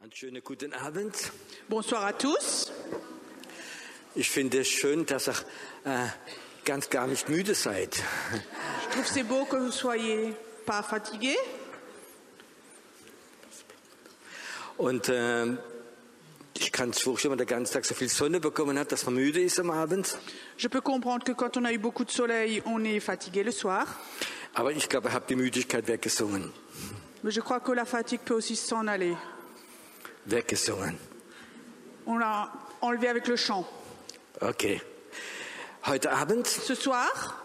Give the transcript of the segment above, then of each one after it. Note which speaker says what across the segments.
Speaker 1: Einen schönen guten Abend.
Speaker 2: Bonsoir à tous.
Speaker 1: Ich finde es schön, dass ihr äh, ganz gar nicht müde seid.
Speaker 2: Je trouve c'est beau que vous soyez pas fatigués.
Speaker 1: Und ähm, ich kann es vorstellen, wenn man den ganzen Tag so viel Sonne bekommen hat, dass man müde ist am Abend.
Speaker 2: Je peux comprendre que quand on a eu beaucoup de soleil, on est fatigué le soir.
Speaker 1: Aber ich glaube, ihr habt die Müdigkeit weggesungen.
Speaker 2: Mais je crois que la fatigue peut aussi s'en aller.
Speaker 1: Weggesungen.
Speaker 2: On l'a enlevé avec le chant.
Speaker 1: Okay. Heute Abend
Speaker 2: Ce soir,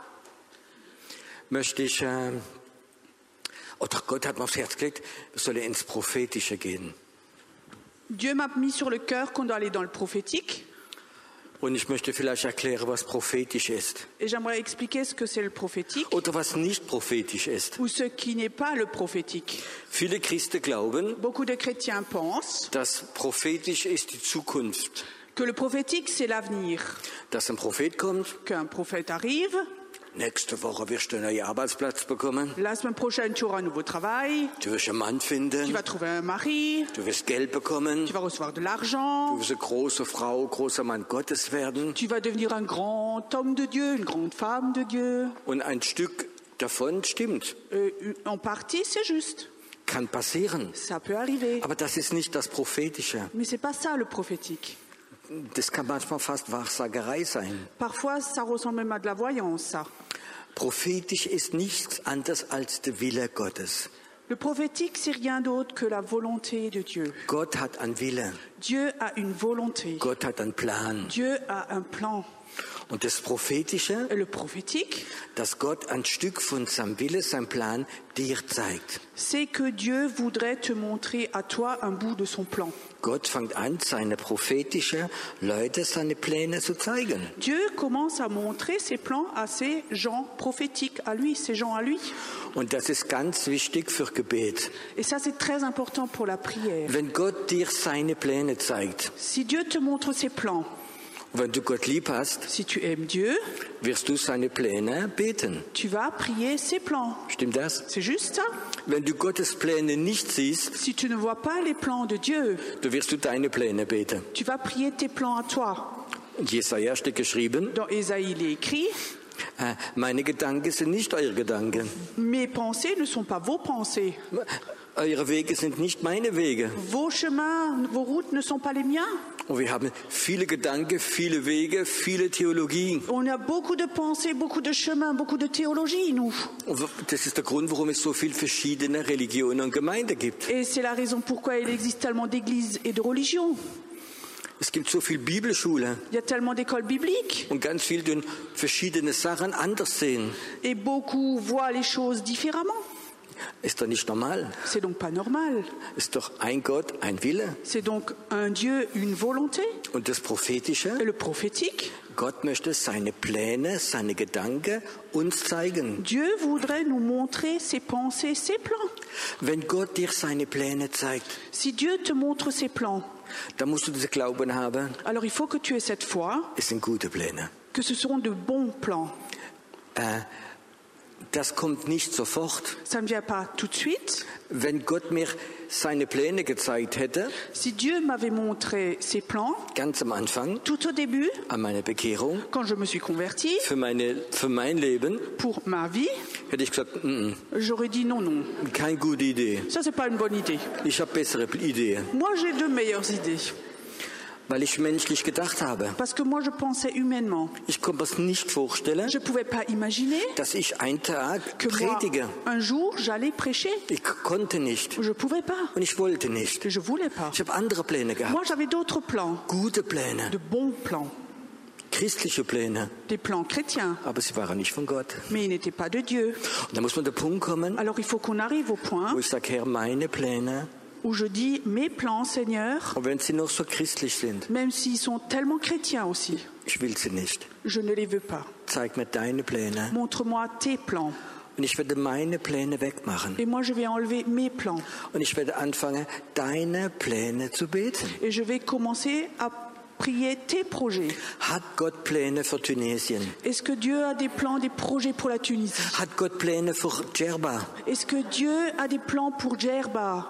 Speaker 1: möchte ich, äh, oder Gott hat mir aufs Herz gelegt, wir sollen ins Prophetische gehen.
Speaker 2: Dieu m'a mis sur le cœur qu'on doit aller dans le prophétique.
Speaker 1: Und ich möchte vielleicht erklären, was prophetisch ist
Speaker 2: Et j'aimerais expliquer ce que c'est le prophétique
Speaker 1: oder was nicht prophetisch ist.
Speaker 2: ou ce qui n'est pas le prophétique.
Speaker 1: Viele Christen glauben,
Speaker 2: Beaucoup de chrétiens pensent
Speaker 1: Das Prophetische ist die Zukunft.
Speaker 2: que le prophétique, c'est l'avenir.
Speaker 1: Dass ein Prophet kommt,
Speaker 2: Qu'un prophète arrive,
Speaker 1: nächste Woche wirst du einen neuen Arbeitsplatz bekommen,
Speaker 2: la semaine prochaine, tu auras un nouveau travail,
Speaker 1: du wirst einen Mann
Speaker 2: tu
Speaker 1: finden,
Speaker 2: vas trouver un mari,
Speaker 1: du wirst Geld bekommen,
Speaker 2: tu vas recevoir de l'argent,
Speaker 1: du wirst eine große Frau, großer Mann Gottes werden
Speaker 2: Tu vas devenir un grand homme de Dieu, une grande femme de Dieu.
Speaker 1: und ein Stück davon stimmt,
Speaker 2: Euh, en partie, c'est juste.
Speaker 1: kann passieren.
Speaker 2: Ça peut arriver.
Speaker 1: Aber das ist nicht das Prophetische.
Speaker 2: Mais c'est pas ça le prophétique.
Speaker 1: Das kann manchmal fast Wahrsagerei sein.
Speaker 2: Parfois, ça ressemble même à de la voyance, ça.
Speaker 1: Prophetisch ist nichts anderes als der Wille Gottes.
Speaker 2: Le prophétique, c'est rien d'autre que la volonté de Dieu.
Speaker 1: Gott hat einen Wille,
Speaker 2: Dieu a une volonté.
Speaker 1: Gott hat einen Plan.
Speaker 2: Dieu a un plan.
Speaker 1: Und das Prophetische
Speaker 2: Et le prophétique,
Speaker 1: dass Gott ein Stück von seinem Wille, seinem Plan dir zeigt.
Speaker 2: c'est que Dieu voudrait te montrer à toi un bout de son plan.
Speaker 1: Gott fängt an, seine prophetische Leute seine Pläne zu zeigen.
Speaker 2: Dieu commence à montrer ses plans à ses gens prophétiques, à lui, ses gens à lui.
Speaker 1: Und das ist ganz wichtig für Gebet.
Speaker 2: Et ça, c'est très important pour la prière.
Speaker 1: Wenn Gott dir seine Pläne zeigt,
Speaker 2: Si Dieu te montre ses plans,
Speaker 1: wenn du Gott lieb hast,
Speaker 2: si tu aimes Dieu,
Speaker 1: wirst du seine Pläne beten.
Speaker 2: tu vas prier ses plans.
Speaker 1: Stimmt das?
Speaker 2: C'est juste ça
Speaker 1: Wenn du Gottes Pläne nicht siehst,
Speaker 2: Si tu ne vois pas les plans de Dieu,
Speaker 1: du wirst du deine Pläne beten.
Speaker 2: tu vas prier tes plans à toi.
Speaker 1: Und Jesaja steht geschrieben,
Speaker 2: Dans Ésaïe, il est écrit
Speaker 1: äh, meine Gedanken sind nicht eure Gedanken.
Speaker 2: Mes pensées ne sont pas vos pensées.
Speaker 1: Eure Wege sind nicht meine Wege.
Speaker 2: Vos chemins, vos routes ne sont pas les miens.
Speaker 1: Und wir haben viele Gedanken, viele Wege, viele Theologien.
Speaker 2: On a beaucoup de pensées, beaucoup de chemins, beaucoup de théologie, nous.
Speaker 1: Und das ist der Grund, warum es so viele verschiedene Religionen und Gemeinden gibt.
Speaker 2: Et c'est la raison pourquoi il existe tellement d'églises et de religions.
Speaker 1: Es gibt so viel Bibelschule
Speaker 2: Il y a tellement d'écoles bibliques.
Speaker 1: und ganz viel tun verschiedene Sachen anders sehen.
Speaker 2: Et beaucoup voient les choses différemment.
Speaker 1: Ist doch nicht normal.
Speaker 2: C'est donc pas normal.
Speaker 1: Ist doch ein Gott, ein Wille.
Speaker 2: C'est donc un Dieu, une volonté.
Speaker 1: Und das Prophetische,
Speaker 2: Et le prophétique,
Speaker 1: Gott möchte seine Pläne, seine Gedanken uns zeigen.
Speaker 2: Dieu voudrait nous montrer ses pensées, ses plans.
Speaker 1: Wenn Gott dir seine Pläne zeigt,
Speaker 2: Si Dieu te montre ses plans,
Speaker 1: dann musst du diesen Glauben haben,
Speaker 2: alors il faut que tu aies cette foi
Speaker 1: es sind gute Pläne.
Speaker 2: que ce seront de bons plans.
Speaker 1: Äh, das kommt nicht sofort.
Speaker 2: Ça ne vient pas tout de suite.
Speaker 1: Wenn Gott mir seine Pläne gezeigt hätte,
Speaker 2: Si Dieu m'avait montré ses plans
Speaker 1: ganz am Anfang,
Speaker 2: tout au début,
Speaker 1: an meiner Bekehrung,
Speaker 2: quand je me suis convertie,
Speaker 1: für, meine, für mein Leben,
Speaker 2: pour ma vie,
Speaker 1: hätte ich gesagt, "Mm,
Speaker 2: j'aurais dit non, non.
Speaker 1: mm, keine gute Idee.
Speaker 2: Ça, c'est pas une bonne idée.
Speaker 1: Ich habe bessere Ideen,
Speaker 2: Moi, j'ai de meilleures idées.
Speaker 1: weil ich menschlich gedacht habe.
Speaker 2: Parce que moi, je pensais humainement.
Speaker 1: Ich konnte mir nicht vorstellen,
Speaker 2: Je ne pouvais pas imaginer
Speaker 1: dass ich einen Tag
Speaker 2: que moi,
Speaker 1: predige.
Speaker 2: un jour, j'allais prêcher.
Speaker 1: Ich konnte nicht
Speaker 2: Je ne pouvais pas.
Speaker 1: und ich wollte nicht.
Speaker 2: Je voulais pas.
Speaker 1: Ich habe andere Pläne gehabt.
Speaker 2: Moi, j'avais d'autres plans,
Speaker 1: Gute Pläne,
Speaker 2: de bons plans,
Speaker 1: christliche Pläne,
Speaker 2: des plans chrétiens,
Speaker 1: aber sie waren nicht von Gott.
Speaker 2: mais ils n'étaient pas de Dieu.
Speaker 1: Und da muss man der Punkt kommen,
Speaker 2: Alors il faut qu'on arrive au point
Speaker 1: wo ich sage, Herr, meine Pläne,
Speaker 2: où je dis mes plans, Seigneur,
Speaker 1: und wenn sie noch so christlich sind,
Speaker 2: même s'ils sont tellement chrétiens aussi,
Speaker 1: Ich will sie nicht.
Speaker 2: je ne les veux pas.
Speaker 1: Zeig mir deine Pläne.
Speaker 2: Montre-moi tes plans.
Speaker 1: Und ich werde meine Pläne wegmachen.
Speaker 2: Et moi, je vais enlever mes plans.
Speaker 1: Und ich werde anfangen, deine Pläne zu beten.
Speaker 2: Et je vais commencer à prier tes projets.
Speaker 1: Hat Gott Pläne für Tunesien?
Speaker 2: Est-ce que Dieu a des plans, des projets pour la Tunisie
Speaker 1: Hat Gott Pläne für Djerba?
Speaker 2: Est-ce que Dieu a des plans pour Djerba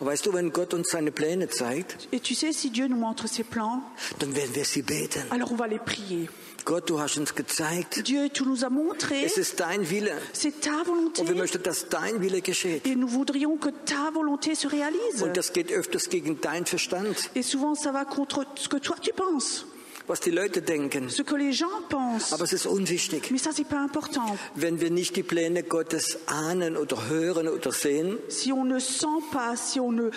Speaker 1: Und weißt du, wenn Gott uns seine Pläne zeigt,
Speaker 2: Et tu sais, si Dieu nous montre ses plans,
Speaker 1: dann werden wir sie beten.
Speaker 2: alors on va les prier.
Speaker 1: Gott, du hast uns gezeigt,
Speaker 2: Dieu, tu nous as montré,
Speaker 1: es ist dein Wille.
Speaker 2: c'est ta volonté.
Speaker 1: Und wir möchten, dass dein Wille geschieht.
Speaker 2: Et nous voudrions que ta volonté se réalise.
Speaker 1: Und das geht öfters gegen deinen Verstand,
Speaker 2: Et souvent, ça va contre ce que toi tu penses,
Speaker 1: was die Leute denken.
Speaker 2: ce que les gens pensent.
Speaker 1: Aber es ist unwichtig.
Speaker 2: Mais ça, c'est pas important.
Speaker 1: Wenn wir nicht die Pläne Gottes ahnen oder hören oder sehen,
Speaker 2: Si on ne sent pas, si on ne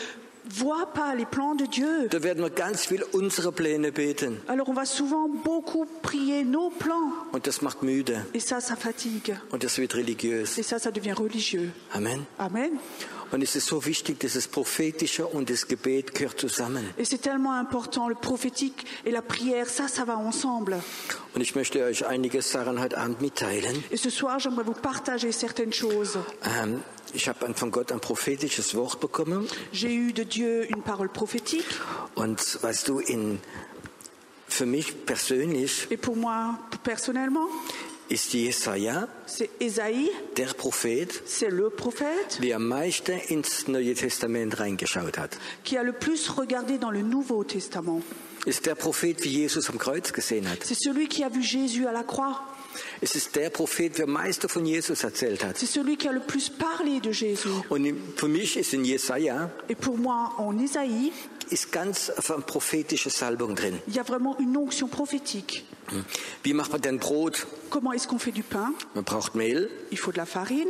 Speaker 2: voit pas les plans de Dieu,
Speaker 1: dann werden wir ganz viel unsere Pläne beten.
Speaker 2: alors on va souvent beaucoup prier nos plans.
Speaker 1: Und das macht müde.
Speaker 2: Et ça, ça fatigue.
Speaker 1: Und das wird religiös.
Speaker 2: Et ça, ça devient religieux.
Speaker 1: Amen.
Speaker 2: Amen.
Speaker 1: Und es ist so wichtig, dass das Prophetische und das Gebet gehört zusammen.
Speaker 2: Et c'est tellement important, le prophétique et la prière, ça, ça va ensemble.
Speaker 1: Und ich möchte euch einige Sachen heute Abend mitteilen.
Speaker 2: Et ce soir, j'aimerais vous partager certaines choses.
Speaker 1: Ähm, ich habe von Gott ein prophetisches Wort bekommen.
Speaker 2: J'ai eu de Dieu une parole prophétique.
Speaker 1: Und weißt du, in, für mich persönlich
Speaker 2: Et pour moi, personnellement,
Speaker 1: ist Jesaja
Speaker 2: c'est Ésaïe,
Speaker 1: der Prophet,
Speaker 2: c'est le prophète
Speaker 1: der am meisten ins Neue Testament reingeschaut hat.
Speaker 2: qui a le plus regardé dans le Nouveau Testament.
Speaker 1: Ist der Prophet, wie Jesus am Kreuz gesehen hat.
Speaker 2: C'est celui qui a vu Jésus à la croix.
Speaker 1: Es ist der Prophet, der am meisten von Jesus erzählt hat.
Speaker 2: C'est celui qui a le plus parlé de Jésus.
Speaker 1: Und in- für mich ist in Jesaja
Speaker 2: Et pour moi, en Ésaïe,
Speaker 1: ist ganz eine prophetische Salbung drin.
Speaker 2: il y a vraiment une onction prophétique.
Speaker 1: Wie macht man denn Brot?
Speaker 2: Comment est-ce qu'on fait du pain
Speaker 1: Man braucht Mehl,
Speaker 2: Il faut de la farine,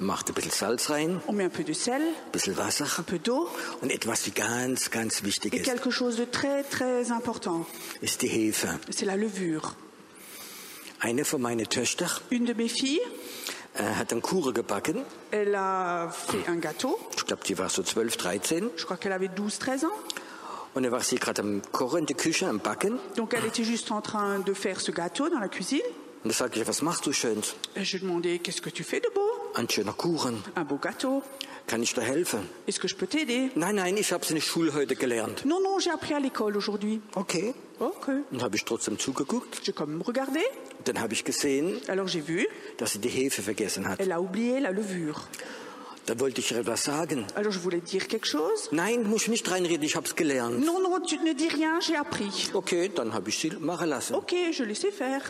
Speaker 1: man macht ein bisschen Salz rein,
Speaker 2: on met un peu de sel,
Speaker 1: ein bisschen Wasser
Speaker 2: un peu d'eau
Speaker 1: und etwas, wie ganz, ganz wichtig
Speaker 2: et
Speaker 1: ist,
Speaker 2: quelque chose de très très important.
Speaker 1: ist die Hefe.
Speaker 2: C'est la levure.
Speaker 1: Eine von meinen Töchtern
Speaker 2: Une de mes filles,
Speaker 1: äh, hat einen Kuchen gebacken.
Speaker 2: elle a fait un gâteau.
Speaker 1: Ich glaube, die war so 12, 13.
Speaker 2: Je crois qu'elle avait 12-13 ans.
Speaker 1: Und da war sie gerade am Kochen in der Küche, am Backen.
Speaker 2: Donc elle était juste en train de faire ce gâteau dans la cuisine.
Speaker 1: Und da sagte ich, was machst du Schönes?
Speaker 2: Et je lui demandais Qu'est-ce que tu fais de beau
Speaker 1: Ein schöner Kuchen.
Speaker 2: Un beau gâteau.
Speaker 1: Kann ich dir helfen?
Speaker 2: Est-ce que je peux t'aider
Speaker 1: Nein, nein, ich habe es in der Schule heute gelernt.
Speaker 2: Non, non, j'ai appris à l'école aujourd'hui.
Speaker 1: Okay.
Speaker 2: Ok.
Speaker 1: Und habe ich trotzdem zugeguckt.
Speaker 2: J'ai comme regardé.
Speaker 1: Dann habe ich gesehen,
Speaker 2: Alors j'ai vu,
Speaker 1: dass sie die Hefe vergessen hat.
Speaker 2: elle a oublié la levure.
Speaker 1: Da wollte ich ihr etwas sagen.
Speaker 2: Alors je voulais dire quelque chose.
Speaker 1: Nein, muss ich nicht reinreden, ich habe es gelernt.
Speaker 2: Non, non, tu ne dis rien, j'ai appris.
Speaker 1: Okay, dann habe ich sie machen lassen.
Speaker 2: Ok, je laissais faire.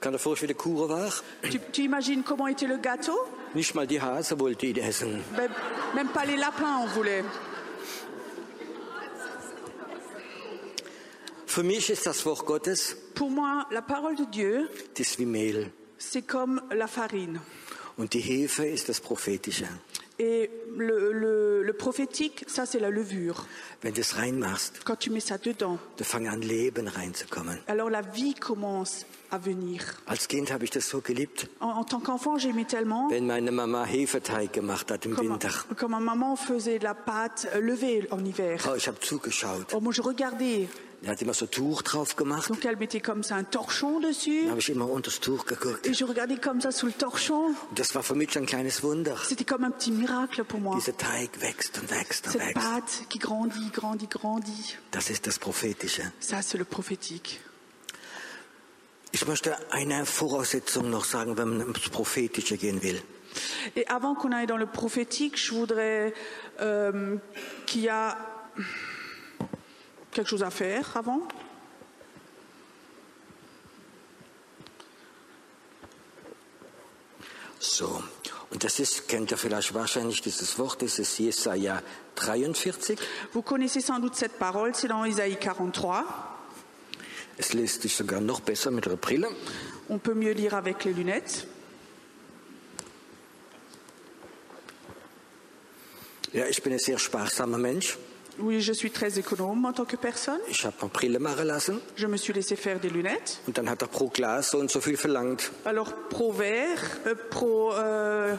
Speaker 1: Kann der vorstellen, wie der Kuchen war?
Speaker 2: Tu, tu imagines comment était le gâteau
Speaker 1: Nicht mal die Hase wollte ihn essen.
Speaker 2: Ben, Même pas les lapins, on voulait.
Speaker 1: Für mich ist das Wort Gottes,
Speaker 2: Pour moi, la parole de Dieu,
Speaker 1: das ist wie Mehl.
Speaker 2: c'est comme la farine.
Speaker 1: Und die Hefe ist das Prophetische.
Speaker 2: Et le, le- le prophétique, ça c'est la levure.
Speaker 1: Wenn du es reinmachst,
Speaker 2: Quand tu mets ça dedans,
Speaker 1: dann fang an, Leben reinzukommen.
Speaker 2: alors la vie commence à venir.
Speaker 1: Als Kind habe ich das so geliebt,
Speaker 2: En, en tant qu'enfant, j'aimais tellement,
Speaker 1: wenn meine Mama Hefeteig gemacht hat im
Speaker 2: comme,
Speaker 1: Winter.
Speaker 2: comme ma maman faisait de la pâte euh, levée en hiver.
Speaker 1: Oh, ich habe zugeschaut.
Speaker 2: Oh, moi, je regardais.
Speaker 1: Er hat immer so Tuch drauf gemacht.
Speaker 2: Donc elle mettait comme ça un torchon dessus.
Speaker 1: Dann habe ich immer unter das Tuch geguckt.
Speaker 2: Et je regardais comme ça sous le torchon.
Speaker 1: Und das war für mich ein kleines Wunder.
Speaker 2: C'était comme un petit miracle pour moi.
Speaker 1: Dieser Teig wächst und wächst und
Speaker 2: Cette
Speaker 1: wächst.
Speaker 2: pâte qui grandit, grandit, grandit.
Speaker 1: Das ist das Prophetische.
Speaker 2: Ça, c'est le prophétique.
Speaker 1: Ich möchte eine Voraussetzung noch sagen, wenn man ins Prophetische gehen will.
Speaker 2: Et avant qu'on aille dans le prophétique, je voudrais euh, qu'il y a quelque chose à faire avant.
Speaker 1: So, und das ist, kennt ihr vielleicht wahrscheinlich dieses Wort, das ist Jesaja 43.
Speaker 2: Vous connaissez sans doute cette parole, c'est dans Isaïe 43.
Speaker 1: Es lässt sich sogar noch besser mit der Brille.
Speaker 2: On peut mieux lire avec les lunettes.
Speaker 1: Ja, ich bin ein sehr sparsamer Mensch.
Speaker 2: Oui, je suis très économe en tant que personne.
Speaker 1: Ich habe eine Brille machen lassen
Speaker 2: Je me suis laissé faire des lunettes.
Speaker 1: und dann hat er pro Glas so und so viel verlangt.
Speaker 2: Alors, pro vert, euh, pro, euh,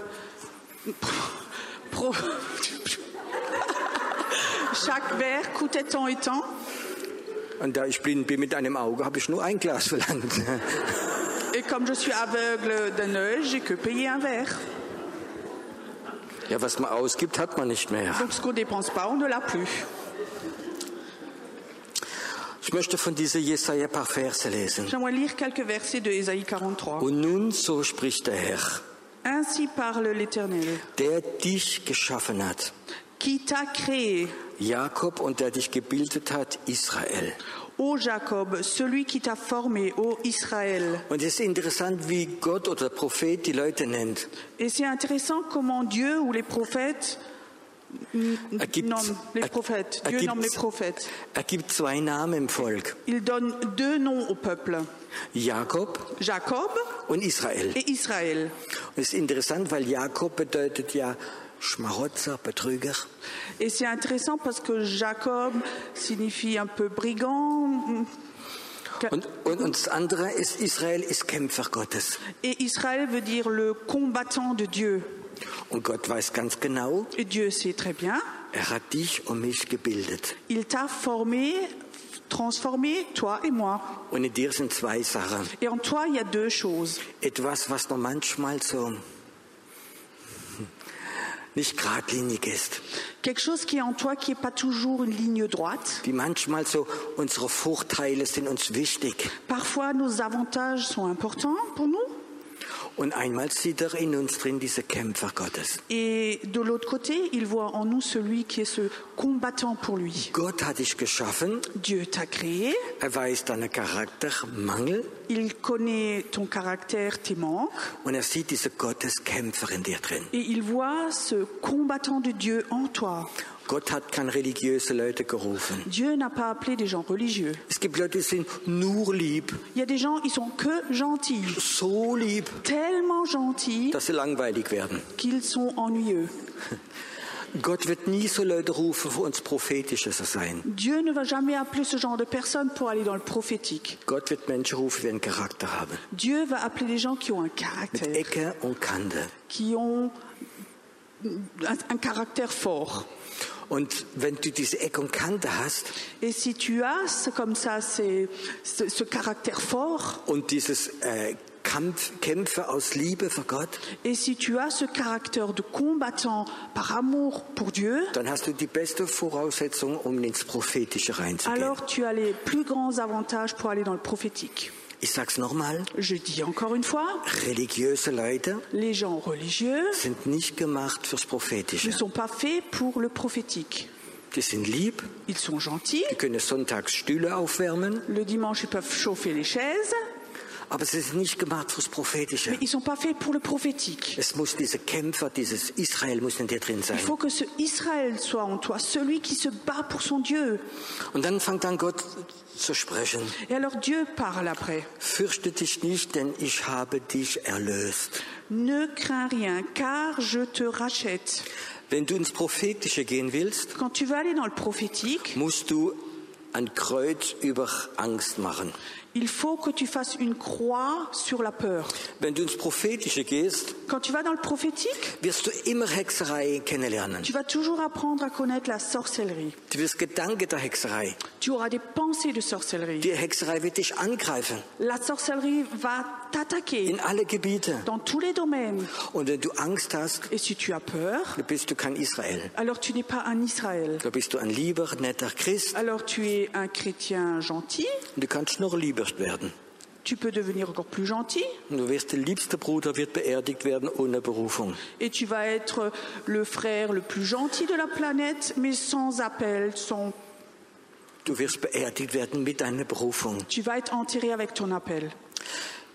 Speaker 2: pro. pro- Chaque verre coûtait tant et tant.
Speaker 1: Und da ich blind bin mit einem Auge, habe ich nur ein Glas verlangt.
Speaker 2: Et comme je suis aveugle d'un œil, j'ai que payé un verre.
Speaker 1: Ja, was man ausgibt, hat man nicht mehr.
Speaker 2: Donc ce qu'on dépense pas, on ne l'a plus.
Speaker 1: Ich möchte von dieser Jesaja paar Verse lesen.
Speaker 2: J'aimerais lire quelques versets de Ésaïe 43.
Speaker 1: Und nun so spricht der Herr,
Speaker 2: Ainsi parle l'Éternel,
Speaker 1: der dich geschaffen hat,
Speaker 2: qui t'a créé.
Speaker 1: Jakob und der dich gebildet hat, Israel.
Speaker 2: Ô Jacob, celui qui t'a formé, ô Israël.
Speaker 1: Und es ist interessant, wie Gott oder der Prophet die Leute nennt.
Speaker 2: Et c'est intéressant comment Dieu ou les prophètes n- n-
Speaker 1: Er gibt-
Speaker 2: nomment les
Speaker 1: er-
Speaker 2: prophètes.
Speaker 1: er
Speaker 2: Dieu
Speaker 1: gibt-
Speaker 2: nomme les prophètes.
Speaker 1: Er gibt zwei Namen im Volk,
Speaker 2: Il donne deux noms au peuple,
Speaker 1: Jakob
Speaker 2: Jacob
Speaker 1: und Israel.
Speaker 2: et Israël.
Speaker 1: Und es ist interessant, weil Jakob bedeutet ja Schmarotzer, Betrüger.
Speaker 2: Et c'est intéressant parce que Jacob signifie un peu brigand
Speaker 1: Und, und, und das andere ist, Israel ist Kämpfer Gottes.
Speaker 2: et Israël veut dire le combattant de Dieu.
Speaker 1: Und Gott weiß ganz genau,
Speaker 2: Et Dieu sait très bien,
Speaker 1: er hat dich und mich gebildet.
Speaker 2: il t'a formé, transformé, toi et moi.
Speaker 1: Und in dir sind zwei Sachen.
Speaker 2: Et en toi, il y a deux choses.
Speaker 1: Etwas, was noch manchmal so nicht geradlinig ist,
Speaker 2: Quelque chose qui est en toi qui n'est pas toujours une ligne droite.
Speaker 1: die manchmal so, unsere Vorteile sind uns wichtig.
Speaker 2: Parfois, nos avantages sont importants pour nous.
Speaker 1: Und einmal sieht er in uns drin diese Kämpfer Gottes.
Speaker 2: Et de l'autre côté, il voit en nous celui qui est ce combattant pour lui.
Speaker 1: Gott hat dich geschaffen,
Speaker 2: Dieu t'a créé,
Speaker 1: er weiß deinen Charakter, Mangel
Speaker 2: il connaît ton caractère, tes manques,
Speaker 1: und er sieht diese Gotteskämpfer in dir drin.
Speaker 2: et il voit ce combattant de Dieu en toi.
Speaker 1: Gott hat keine religiöse Leute gerufen.
Speaker 2: Dieu n'a pas appelé des gens religieux.
Speaker 1: Es gibt Leute, die sind nur lieb,
Speaker 2: Il y a des gens, ils sont que gentils,
Speaker 1: so lieb,
Speaker 2: tellement gentils
Speaker 1: dass sie langweilig werden.
Speaker 2: qu'ils sont ennuyeux.
Speaker 1: Gott wird nie so Leute rufen, für uns prophetische zu sein.
Speaker 2: Dieu ne va jamais appeler ce genre de personnes pour aller dans le prophétique.
Speaker 1: Gott wird Menschen rufen, die einen Charakter haben.
Speaker 2: Dieu va appeler des gens qui ont un caractère,
Speaker 1: Ecke und Kante.
Speaker 2: qui ont un, un caractère fort.
Speaker 1: Und wenn du diese Ecke und Kante hast
Speaker 2: Et si tu as ce- comme ça c'est- ce, ce caractère fort,
Speaker 1: und dieses äh, Kampf, Kämpfe aus Liebe für Gott,
Speaker 2: et si tu as ce caractère de combattant par amour pour Dieu,
Speaker 1: dann hast du die beste Voraussetzung, um ins Prophetische reinzugehen.
Speaker 2: alors tu as les plus grands avantages pour aller dans le prophétique.
Speaker 1: ich sag's nochmal,
Speaker 2: Je dis encore une fois,
Speaker 1: religiöse Leute
Speaker 2: les gens religieux
Speaker 1: sind nicht gemacht fürs
Speaker 2: ne
Speaker 1: Prophetische.
Speaker 2: sont pas faits pour le prophétique.
Speaker 1: Die sind lieb,
Speaker 2: Ils sont gentils,
Speaker 1: die können sonntags Stühle aufwärmen,
Speaker 2: le dimanche ils peuvent chauffer les chaises,
Speaker 1: aber sie sind nicht gemacht fürs Prophetische.
Speaker 2: Ils ne sont pas faits pour le prophétique.
Speaker 1: Es muss diese Kämpfer, dieses Israel muss in dir drin sein.
Speaker 2: Il faut que ce Israël soit en toi, celui qui se bat pour son Dieu.
Speaker 1: Und dann fängt an Gott zu sprechen.
Speaker 2: Et alors Dieu parle après.
Speaker 1: Fürchte dich nicht, denn ich habe dich erlöst.
Speaker 2: Ne crains rien, car je te rachète.
Speaker 1: Wenn du ins Prophetische gehen willst,
Speaker 2: Quand tu vas aller dans le prophétique,
Speaker 1: musst du ein Kreuz über Angst machen.
Speaker 2: il faut que tu fasses une croix sur la peur.
Speaker 1: Wenn du ins Prophetische gehst,
Speaker 2: Quand tu vas dans le prophétique,
Speaker 1: wirst du immer Hexerei kennenlernen.
Speaker 2: tu vas toujours apprendre à connaître la sorcellerie.
Speaker 1: Du wirst Gedanke der Hexerei.
Speaker 2: Tu auras des pensées de sorcellerie.
Speaker 1: Die Hexerei wird dich angreifen
Speaker 2: La sorcellerie va t'attaquer
Speaker 1: in alle Gebiete.
Speaker 2: dans tous les domaines.
Speaker 1: Und wenn du Angst hast,
Speaker 2: Et si tu as peur,
Speaker 1: dann bist du kein Israel.
Speaker 2: alors tu n'es pas un Israël.
Speaker 1: Da bist du ein lieber, netter Christ
Speaker 2: Alors tu es un chrétien gentil,
Speaker 1: und du kannst noch lieber werden.
Speaker 2: tu peux devenir encore plus gentil
Speaker 1: Und du wirst der liebste Bruder, wird beerdigt werden ohne Berufung.
Speaker 2: et tu vas être le frère le plus gentil de la planète, mais sans appel, sans...
Speaker 1: Du wirst beerdigt werden mit deiner Berufung.
Speaker 2: tu vas être enterré avec ton appel.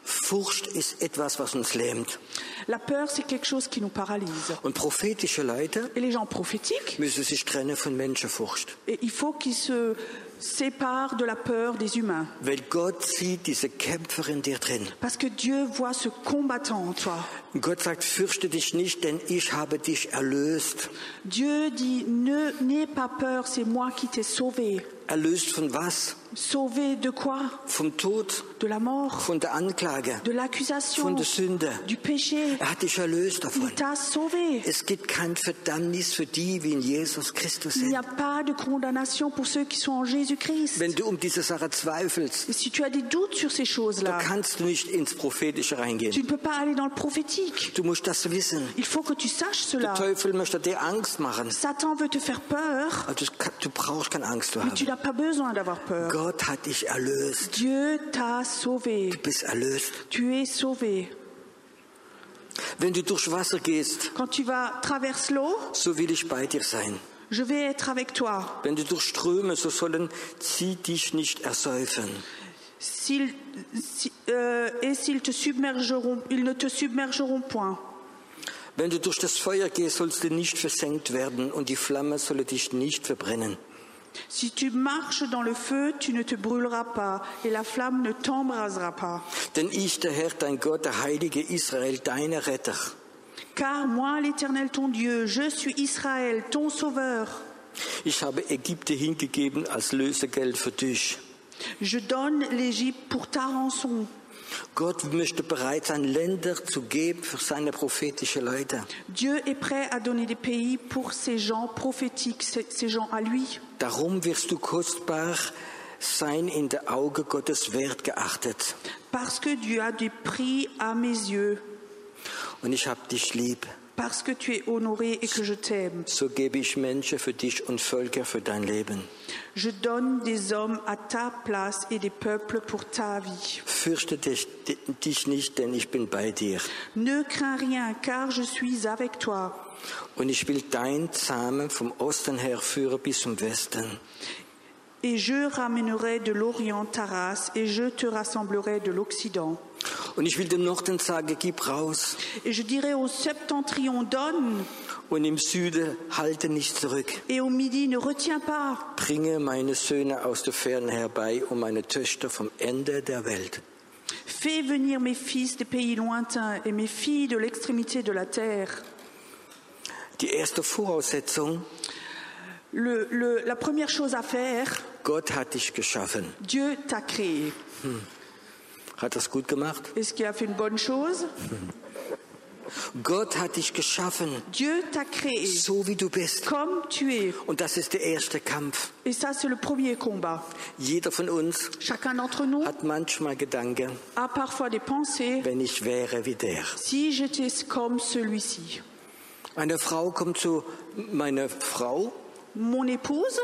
Speaker 1: Furcht ist etwas, was uns lähmt.
Speaker 2: La peur, c'est quelque chose qui nous paralyse.
Speaker 1: Und prophetische Leute
Speaker 2: Et les gens prophétiques,
Speaker 1: müssen sich trennen von Menschenfurcht.
Speaker 2: et il faut qu'ils se séparent de la peur des humains.
Speaker 1: Weil Gott sieht diese Kämpfer in dir drin.
Speaker 2: Parce que Dieu voit ce combattant en toi.
Speaker 1: Und Gott sagt, fürchte dich nicht, denn ich habe dich erlöst.
Speaker 2: Dieu dit, ne n'aie pas peur, c'est moi qui t'ai sauvé.
Speaker 1: Erlöst von was?
Speaker 2: Sauvé de quoi
Speaker 1: Vom Tod,
Speaker 2: De la mort,
Speaker 1: von der Anklage,
Speaker 2: de l'accusation,
Speaker 1: von der Sünde.
Speaker 2: du péché.
Speaker 1: Er hat dich erlöst davon.
Speaker 2: Il t'a sauvé.
Speaker 1: Es gibt kein Verdammnis für die, wie in Jesus Christus
Speaker 2: Il n'y
Speaker 1: sind.
Speaker 2: a pas de condamnation pour ceux qui sont en Jésus-Christ.
Speaker 1: Wenn du um diese Sache zweifelst,
Speaker 2: Et si tu as des doutes sur ces
Speaker 1: da
Speaker 2: choses-là,
Speaker 1: kannst du nicht ins Prophetische reingehen.
Speaker 2: tu ne peux pas aller dans le prophétique.
Speaker 1: Du musst das wissen.
Speaker 2: Il faut que tu saches
Speaker 1: Der
Speaker 2: cela.
Speaker 1: Teufel möchte dir Angst machen.
Speaker 2: Satan veut te faire peur,
Speaker 1: Aber du, du brauchst keine Angst zu
Speaker 2: mais tu
Speaker 1: haben.
Speaker 2: n'as pas besoin d'avoir peur.
Speaker 1: Gott hat dich erlöst.
Speaker 2: Dieu t'a sauvé.
Speaker 1: Du bist erlöst.
Speaker 2: Tu es sauvé.
Speaker 1: Wenn du durchs Wasser gehst,
Speaker 2: Quand tu vas traverser l'eau,
Speaker 1: so will ich bei dir sein.
Speaker 2: Je vais être avec toi.
Speaker 1: Wenn du durch Ströme so sollen, zieh dich nicht ersäufen.
Speaker 2: S'ils- si- euh, et s'ils te submergeront, ils ne te submergeront point.
Speaker 1: Wenn du durch das Feuer gehst, sollst du nicht versenkt werden und die Flamme solle dich nicht verbrennen.
Speaker 2: Si tu marches dans le feu, tu ne te brûleras pas et la flamme ne t'embrasera pas.
Speaker 1: Denn ich, der Herr, dein Gott, der Heilige Israel, deine Retter,
Speaker 2: Car moi, l'Éternel ton Dieu, je suis Israël, ton Sauveur.
Speaker 1: ich habe Ägypte hingegeben als Lösegeld für dich.
Speaker 2: Je donne l'Égypte pour ta rançon.
Speaker 1: Gott möchte bereit sein, Länder zu geben für seine prophetischen Leute.
Speaker 2: Dieu est prêt à donner des pays pour ces gens prophétiques, ces ces gens à lui.
Speaker 1: Darum wirst du kostbar sein in der Auge Gottes wert geachtet.
Speaker 2: Parce que Dieu a des prix à mes yeux,
Speaker 1: Und ich habe dich lieb.
Speaker 2: parce que tu es honoré et que je t'aime.
Speaker 1: So gebe ich Menschen für dich und Völker für dein Leben.
Speaker 2: Je donne des hommes à ta place et des peuples pour ta vie.
Speaker 1: Fürchte dich, dich nicht, denn ich bin bei dir.
Speaker 2: Ne crains rien, car je suis avec toi.
Speaker 1: Und ich will dein Samen vom Osten her führen bis zum Westen.
Speaker 2: Et je ramènerai de l'Orient ta race, et je te rassemblerai de l'Occident.
Speaker 1: Und ich will dem Norden sagen, gib raus.
Speaker 2: Et je dirai au septentrion, donne,
Speaker 1: Und im Süden halte nicht zurück.
Speaker 2: et au midi, ne retiens pas.
Speaker 1: Bringe meine Söhne aus der Ferne herbei und meine Töchter vom Ende der Welt.
Speaker 2: Fais venir mes fils des pays lointains et mes filles de l'extrémité de la terre.
Speaker 1: Die erste Voraussetzung,
Speaker 2: Le- le- la première chose à faire,
Speaker 1: Gott hat dich geschaffen.
Speaker 2: Dieu t'a créé.
Speaker 1: Hat das gut gemacht?
Speaker 2: Est-ce qu'il a fait une bonne chose
Speaker 1: Gott hat dich geschaffen,
Speaker 2: Dieu t'a créé
Speaker 1: so wie du bist.
Speaker 2: comme tu es.
Speaker 1: Und das ist der erste Kampf.
Speaker 2: Et ça, c'est le premier combat.
Speaker 1: Jeder von uns
Speaker 2: Chacun d'entre nous
Speaker 1: hat manchmal Gedanken,
Speaker 2: a parfois des pensées.
Speaker 1: wenn ich wäre wie der.
Speaker 2: Si j'étais comme celui-ci,
Speaker 1: Eine Frau kommt zu meiner Frau,
Speaker 2: mon épouse,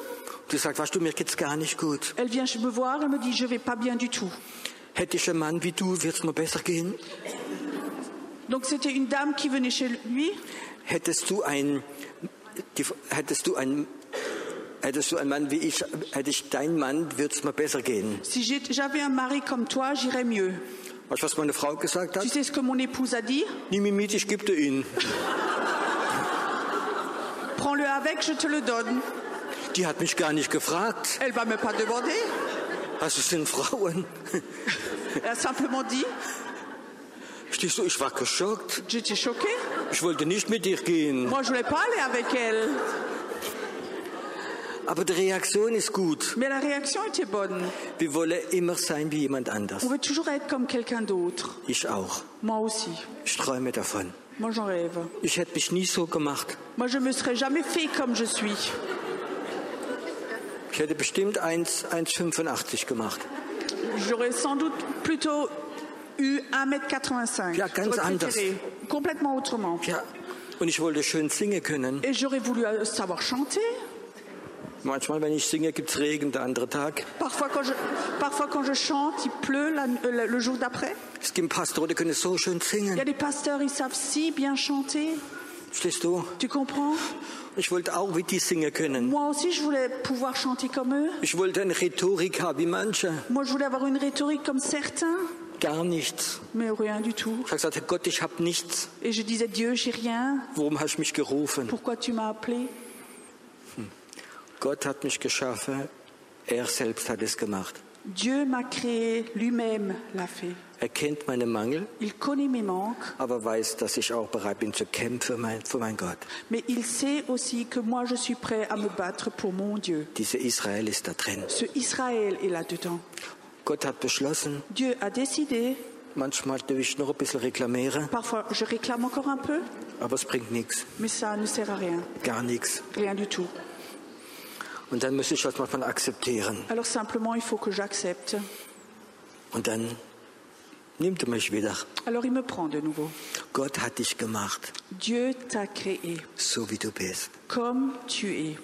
Speaker 1: die sagt, weißt du, mir geht's gar nicht gut.
Speaker 2: elle vient me voir, elle me dit, je vais pas bien du tout.
Speaker 1: Hätte ich einen Mann wie du, wird's mir besser gehen.
Speaker 2: Donc c'était une dame qui venait chez lui.
Speaker 1: Hättest du ein, die, hättest du ein, hättest du einen Mann wie ich, hätte ich deinen Mann, wird's mir besser gehen.
Speaker 2: Si j'ai- j'avais un mari comme toi, j'irais mieux.
Speaker 1: Weißt du, was meine Frau gesagt
Speaker 2: Tu
Speaker 1: hat?
Speaker 2: sais ce que mon épouse a dit
Speaker 1: Nimm ihn mit, ich geb dir ihn.
Speaker 2: Prends-le avec, je te le donne.
Speaker 1: Die hat mich gar nicht gefragt.
Speaker 2: Elle va me pas demander.
Speaker 1: Also es sind Frauen.
Speaker 2: Elle a simplement dit,
Speaker 1: Stehst du, ich war geschockt.
Speaker 2: j'étais choquée.
Speaker 1: Ich wollte nicht mit dir gehen.
Speaker 2: Moi, je voulais pas aller avec elle.
Speaker 1: Aber die Reaktion ist gut.
Speaker 2: Mais la réaction était bonne.
Speaker 1: Wir wollen immer sein wie jemand anders.
Speaker 2: On veut toujours être comme quelqu'un d'autre.
Speaker 1: Ich auch.
Speaker 2: Moi aussi.
Speaker 1: Ich träume davon.
Speaker 2: Moi, j'en rêve.
Speaker 1: Ich hätte mich nie so gemacht.
Speaker 2: Moi, je me serais jamais fait comme je suis.
Speaker 1: Ich hätte bestimmt 1 1,85 gemacht.
Speaker 2: J'aurais sans doute plutôt eu 1m85.
Speaker 1: Ja, ganz
Speaker 2: J'aurais
Speaker 1: anders.
Speaker 2: préféré. Complètement autrement.
Speaker 1: Ja. Und ich wollte schön singen können.
Speaker 2: Et j'aurais voulu euh, savoir chanter.
Speaker 1: Manchmal, wenn ich singe, gibt's Regen, der andere Tag.
Speaker 2: Parfois quand, je, parfois, quand je chante, il pleut la- euh, le jour d'après.
Speaker 1: Es gibt Pastoren, die können so schön
Speaker 2: Il y
Speaker 1: singen.
Speaker 2: a des pasteurs, ils savent si bien chanter.
Speaker 1: Stehst du?
Speaker 2: Tu comprends
Speaker 1: Ich wollte auch wie die singen können.
Speaker 2: Moi aussi, je voulais pouvoir chanter comme eux.
Speaker 1: Ich wollte eine Rhetorik haben wie manche.
Speaker 2: Moi, je voulais avoir une rhétorique comme certains,
Speaker 1: Gar nichts.
Speaker 2: mais rien du tout.
Speaker 1: Ich habe gesagt, Herr Gott, ich habe nichts.
Speaker 2: Et je disais, Dieu, j'ai rien.
Speaker 1: Warum hast du mich gerufen?
Speaker 2: Pourquoi tu m'as appelé
Speaker 1: Gott hat mich geschaffen. Er selbst hat es gemacht.
Speaker 2: Dieu m'a créé, lui-même l'a fait.
Speaker 1: Er kennt meine Mangel,
Speaker 2: Il connaît mes manques,
Speaker 1: aber weiß, dass ich auch bereit bin zu kämpfen für mein, für mein Gott.
Speaker 2: mais il sait aussi que moi, je suis prêt à me battre pour mon Dieu.
Speaker 1: Dieser Israel ist da drin.
Speaker 2: Ce Israël est là-dedans.
Speaker 1: Gott hat beschlossen,
Speaker 2: Dieu a décidé.
Speaker 1: manchmal darf ich noch ein bisschen reklamieren,
Speaker 2: Parfois, je réclame encore un peu,
Speaker 1: aber es bringt nichts,
Speaker 2: mais ça ne sert à rien.
Speaker 1: gar nichts.
Speaker 2: Rien du tout.
Speaker 1: Und dann muss ich das manchmal akzeptieren.
Speaker 2: Alors simplement, il faut que j'accepte.
Speaker 1: Und dann nimmt er mich wieder.
Speaker 2: Alors il me prend de nouveau.
Speaker 1: Gott hat dich gemacht,
Speaker 2: Dieu t'a créé
Speaker 1: so wie du bist.
Speaker 2: comme tu es.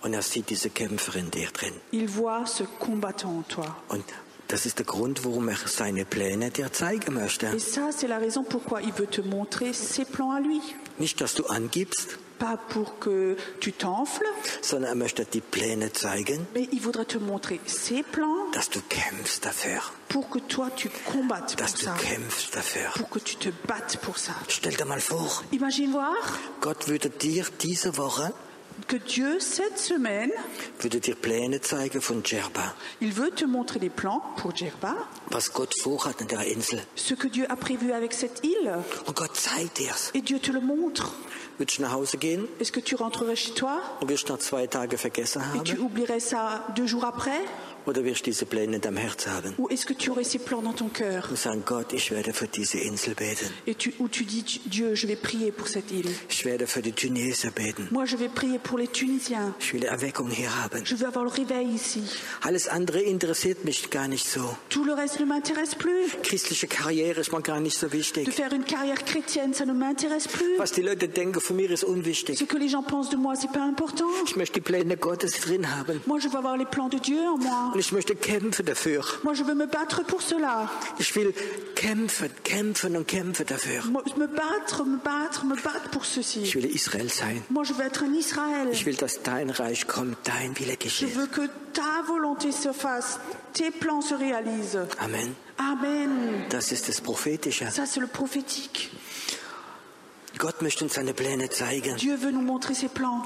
Speaker 1: Und er sieht diese Kämpferin in dir drin.
Speaker 2: Il voit ce combattant en toi.
Speaker 1: Und Das ist der Grund, warum er seine Pläne dir zeigen möchte.
Speaker 2: Et ça, c'est la raison pourquoi il veut te montrer ses plans à lui.
Speaker 1: Nicht, dass du angibst,
Speaker 2: Pas pour que tu t'enfles,
Speaker 1: sondern er möchte die Pläne zeigen,
Speaker 2: mais il voudrait te montrer ses plans
Speaker 1: dass du kämpfst dafür.
Speaker 2: pour que toi, tu combattes pour
Speaker 1: Dass du
Speaker 2: ça,
Speaker 1: kämpfst dafür.
Speaker 2: pour que tu te battes pour ça.
Speaker 1: Stell dir mal vor,
Speaker 2: Imagine voir
Speaker 1: Gott würde dir diese Woche
Speaker 2: que Dieu, cette semaine,
Speaker 1: würde dir Pläne zeigen von Djerba,
Speaker 2: il veut te montrer les plans pour Djerba,
Speaker 1: was Gott vorhat an der Insel.
Speaker 2: ce que Dieu a prévu avec cette île,
Speaker 1: Und Gott zeigt dir's.
Speaker 2: et Dieu te le montre.
Speaker 1: Würdest du nach Hause gehen
Speaker 2: Est-ce que tu rentrerais chez toi
Speaker 1: und wirst nach zwei Tagen vergessen
Speaker 2: et tu
Speaker 1: haben?
Speaker 2: oublierais ça deux jours après
Speaker 1: Oder wirst du diese Pläne in deinem Herz haben?
Speaker 2: Ou est-ce que tu aurais ces plans dans ton cœur
Speaker 1: Und sagen, Gott, ich werde für diese Insel beten.
Speaker 2: et tu, où tu dis Dieu, je vais prier pour cette île.
Speaker 1: Ich werde für die Tunesier beten.
Speaker 2: Moi, je vais prier pour les Tunisiens.
Speaker 1: Ich will Erweckung hier haben.
Speaker 2: Je veux avoir le réveil ici.
Speaker 1: Alles andere interessiert mich gar nicht so.
Speaker 2: Tout le reste ne m'intéresse plus.
Speaker 1: Christliche Karriere ist mir gar nicht so
Speaker 2: De
Speaker 1: wichtig.
Speaker 2: faire une carrière chrétienne, ça ne m'intéresse plus.
Speaker 1: Was die Leute denken von mir ist
Speaker 2: Ce
Speaker 1: unwichtig.
Speaker 2: que les gens pensent de moi, c'est pas important.
Speaker 1: Ich möchte die Pläne Gottes drin haben.
Speaker 2: Moi, je veux avoir les plans de Dieu en moi.
Speaker 1: Und ich möchte kämpfen dafür.
Speaker 2: Moi, je veux me battre pour cela.
Speaker 1: Ich will kämpfen, kämpfen und kämpfen dafür.
Speaker 2: Moi, me battre, me battre, me battre pour
Speaker 1: Ich
Speaker 2: ceci.
Speaker 1: will Israel sein.
Speaker 2: Moi, je veux être un Israël.
Speaker 1: Ich will, dass dein Reich kommt, dein Wille
Speaker 2: Je
Speaker 1: geschieht.
Speaker 2: veux que ta volonté se fasse, tes plans se réalisent.
Speaker 1: Amen.
Speaker 2: Amen.
Speaker 1: Das ist das Prophetische.
Speaker 2: Ça, c'est le prophétique.
Speaker 1: Gott möchte uns seine Pläne zeigen.
Speaker 2: Dieu veut nous montrer ses plans.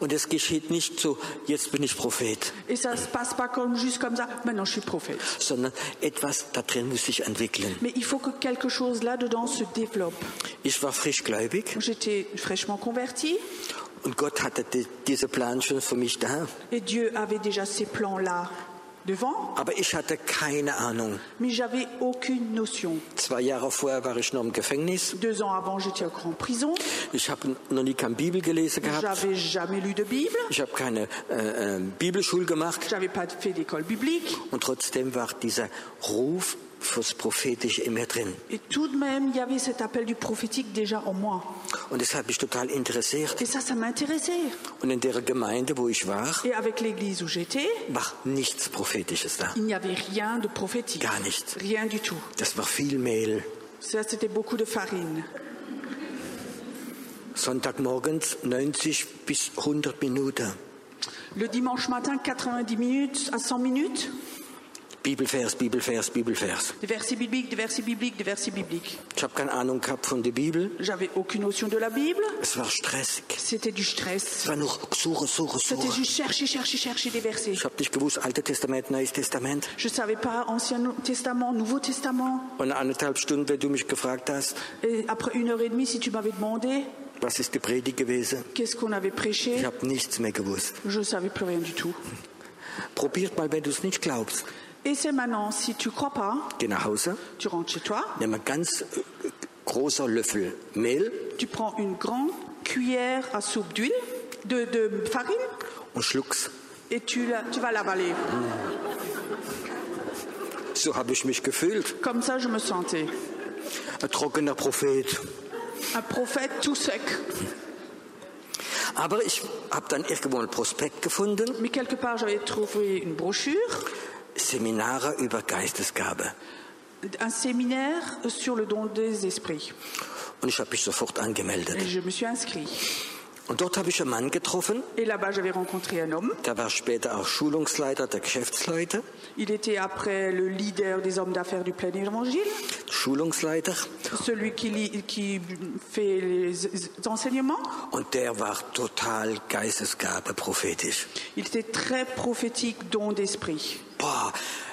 Speaker 1: Und es geschieht nicht so, jetzt bin ich Prophet,
Speaker 2: Et ça ne se passe pas comme juste comme ça. Maintenant, je suis prophète.
Speaker 1: sondern etwas da drin muss sich entwickeln.
Speaker 2: Mais il faut que quelque chose là-dedans se développe.
Speaker 1: Ich war frischgläubig
Speaker 2: J'étais fraîchement convertie
Speaker 1: und Gott hatte die, diese Plan schon für mich da.
Speaker 2: et Dieu avait déjà ses plans là devant,
Speaker 1: Aber ich hatte keine Ahnung.
Speaker 2: mais j'avais aucune notion.
Speaker 1: Zwei Jahre vorher war ich noch im Gefängnis.
Speaker 2: Deux ans avant, j'étais encore en prison.
Speaker 1: Ich habe noch nie keine Bibel gelesen gehabt.
Speaker 2: J'avais jamais lu de Bible.
Speaker 1: Ich habe keine äh, äh, Bibelschule gemacht
Speaker 2: J'avais pas fait d'école biblique.
Speaker 1: und trotzdem war dieser Ruf fürs Prophetische in mir drin.
Speaker 2: Et tout de même, il y avait cet appel du prophétique déjà en moi.
Speaker 1: Und das hat mich total interessiert.
Speaker 2: Et ça, ça m'intéressait.
Speaker 1: Und in der Gemeinde, wo ich war,
Speaker 2: Et avec l'église où j'étais,
Speaker 1: war nichts Prophetisches da.
Speaker 2: il n'y avait rien de prophétique.
Speaker 1: Gar nichts.
Speaker 2: Rien du tout.
Speaker 1: Das war viel Mehl.
Speaker 2: Ça, c'était beaucoup de farine.
Speaker 1: Sonntagmorgens 90 bis 100 Minuten.
Speaker 2: Le dimanche matin, 90 minutes à 100 minutes,
Speaker 1: Bibelvers, Bibelvers, Bibelvers.
Speaker 2: des versets bibliques, des versets bibliques, des versets bibliques.
Speaker 1: Ich habe keine Ahnung gehabt von der Bibel.
Speaker 2: J'avais aucune notion de la Bible,
Speaker 1: Es war stressig.
Speaker 2: c'était du
Speaker 1: Es
Speaker 2: stress.
Speaker 1: war nur Suche, Suche,
Speaker 2: C'était
Speaker 1: Suche.
Speaker 2: juste chercher, chercher, chercher des versets.
Speaker 1: Ich habe nicht gewusst, Altes Testament, Neues Testament.
Speaker 2: Je ne savais pas Ancien Testament, Nouveau Testament.
Speaker 1: Und eine anderthalb Stunden, wenn du mich gefragt hast,
Speaker 2: Et après une heure et demie, si tu m'avais demandé
Speaker 1: was ist die Predigt gewesen,
Speaker 2: qu'est-ce qu'on avait
Speaker 1: Ich
Speaker 2: prêché,
Speaker 1: habe nichts mehr gewusst.
Speaker 2: je ne savais plus rien du tout.
Speaker 1: Probiert mal, wenn du es nicht glaubst.
Speaker 2: Et c'est maintenant, si tu crois pas,
Speaker 1: Geh nach Hause,
Speaker 2: tu rentres chez toi,
Speaker 1: nimm einen ganz äh, großer Löffel Mehl
Speaker 2: tu prends une grande cuillère à soupe d'huile, de, de farine,
Speaker 1: und schluck's.
Speaker 2: et tu, la- tu vas l'avaler.
Speaker 1: So habe ich mich gefühlt.
Speaker 2: Comme ça, je me sentais.
Speaker 1: Ein trockener Prophet.
Speaker 2: Un prophète tout sec.
Speaker 1: Aber ich habe dann irgendwo einen Prospekt gefunden.
Speaker 2: Mais quelque part, j'avais trouvé une brochure,
Speaker 1: Seminare über Geistesgabe.
Speaker 2: un séminaire sur le don des esprits.
Speaker 1: Und ich habe mich sofort
Speaker 2: Et
Speaker 1: angemeldet.
Speaker 2: je me suis inscrit.
Speaker 1: Und dort habe ich einen Mann getroffen.
Speaker 2: Et là-bas, j'avais rencontré un homme.
Speaker 1: Der war später auch Schulungsleiter der Geschäftsleute.
Speaker 2: Il était après le leader des hommes d'affaires du plein évangile,
Speaker 1: Schulungsleiter.
Speaker 2: celui qui, lit- qui fait les enseignements.
Speaker 1: Und der war total Geistesgabe prophetisch.
Speaker 2: Il était très prophétique, don d'esprit.
Speaker 1: Boah,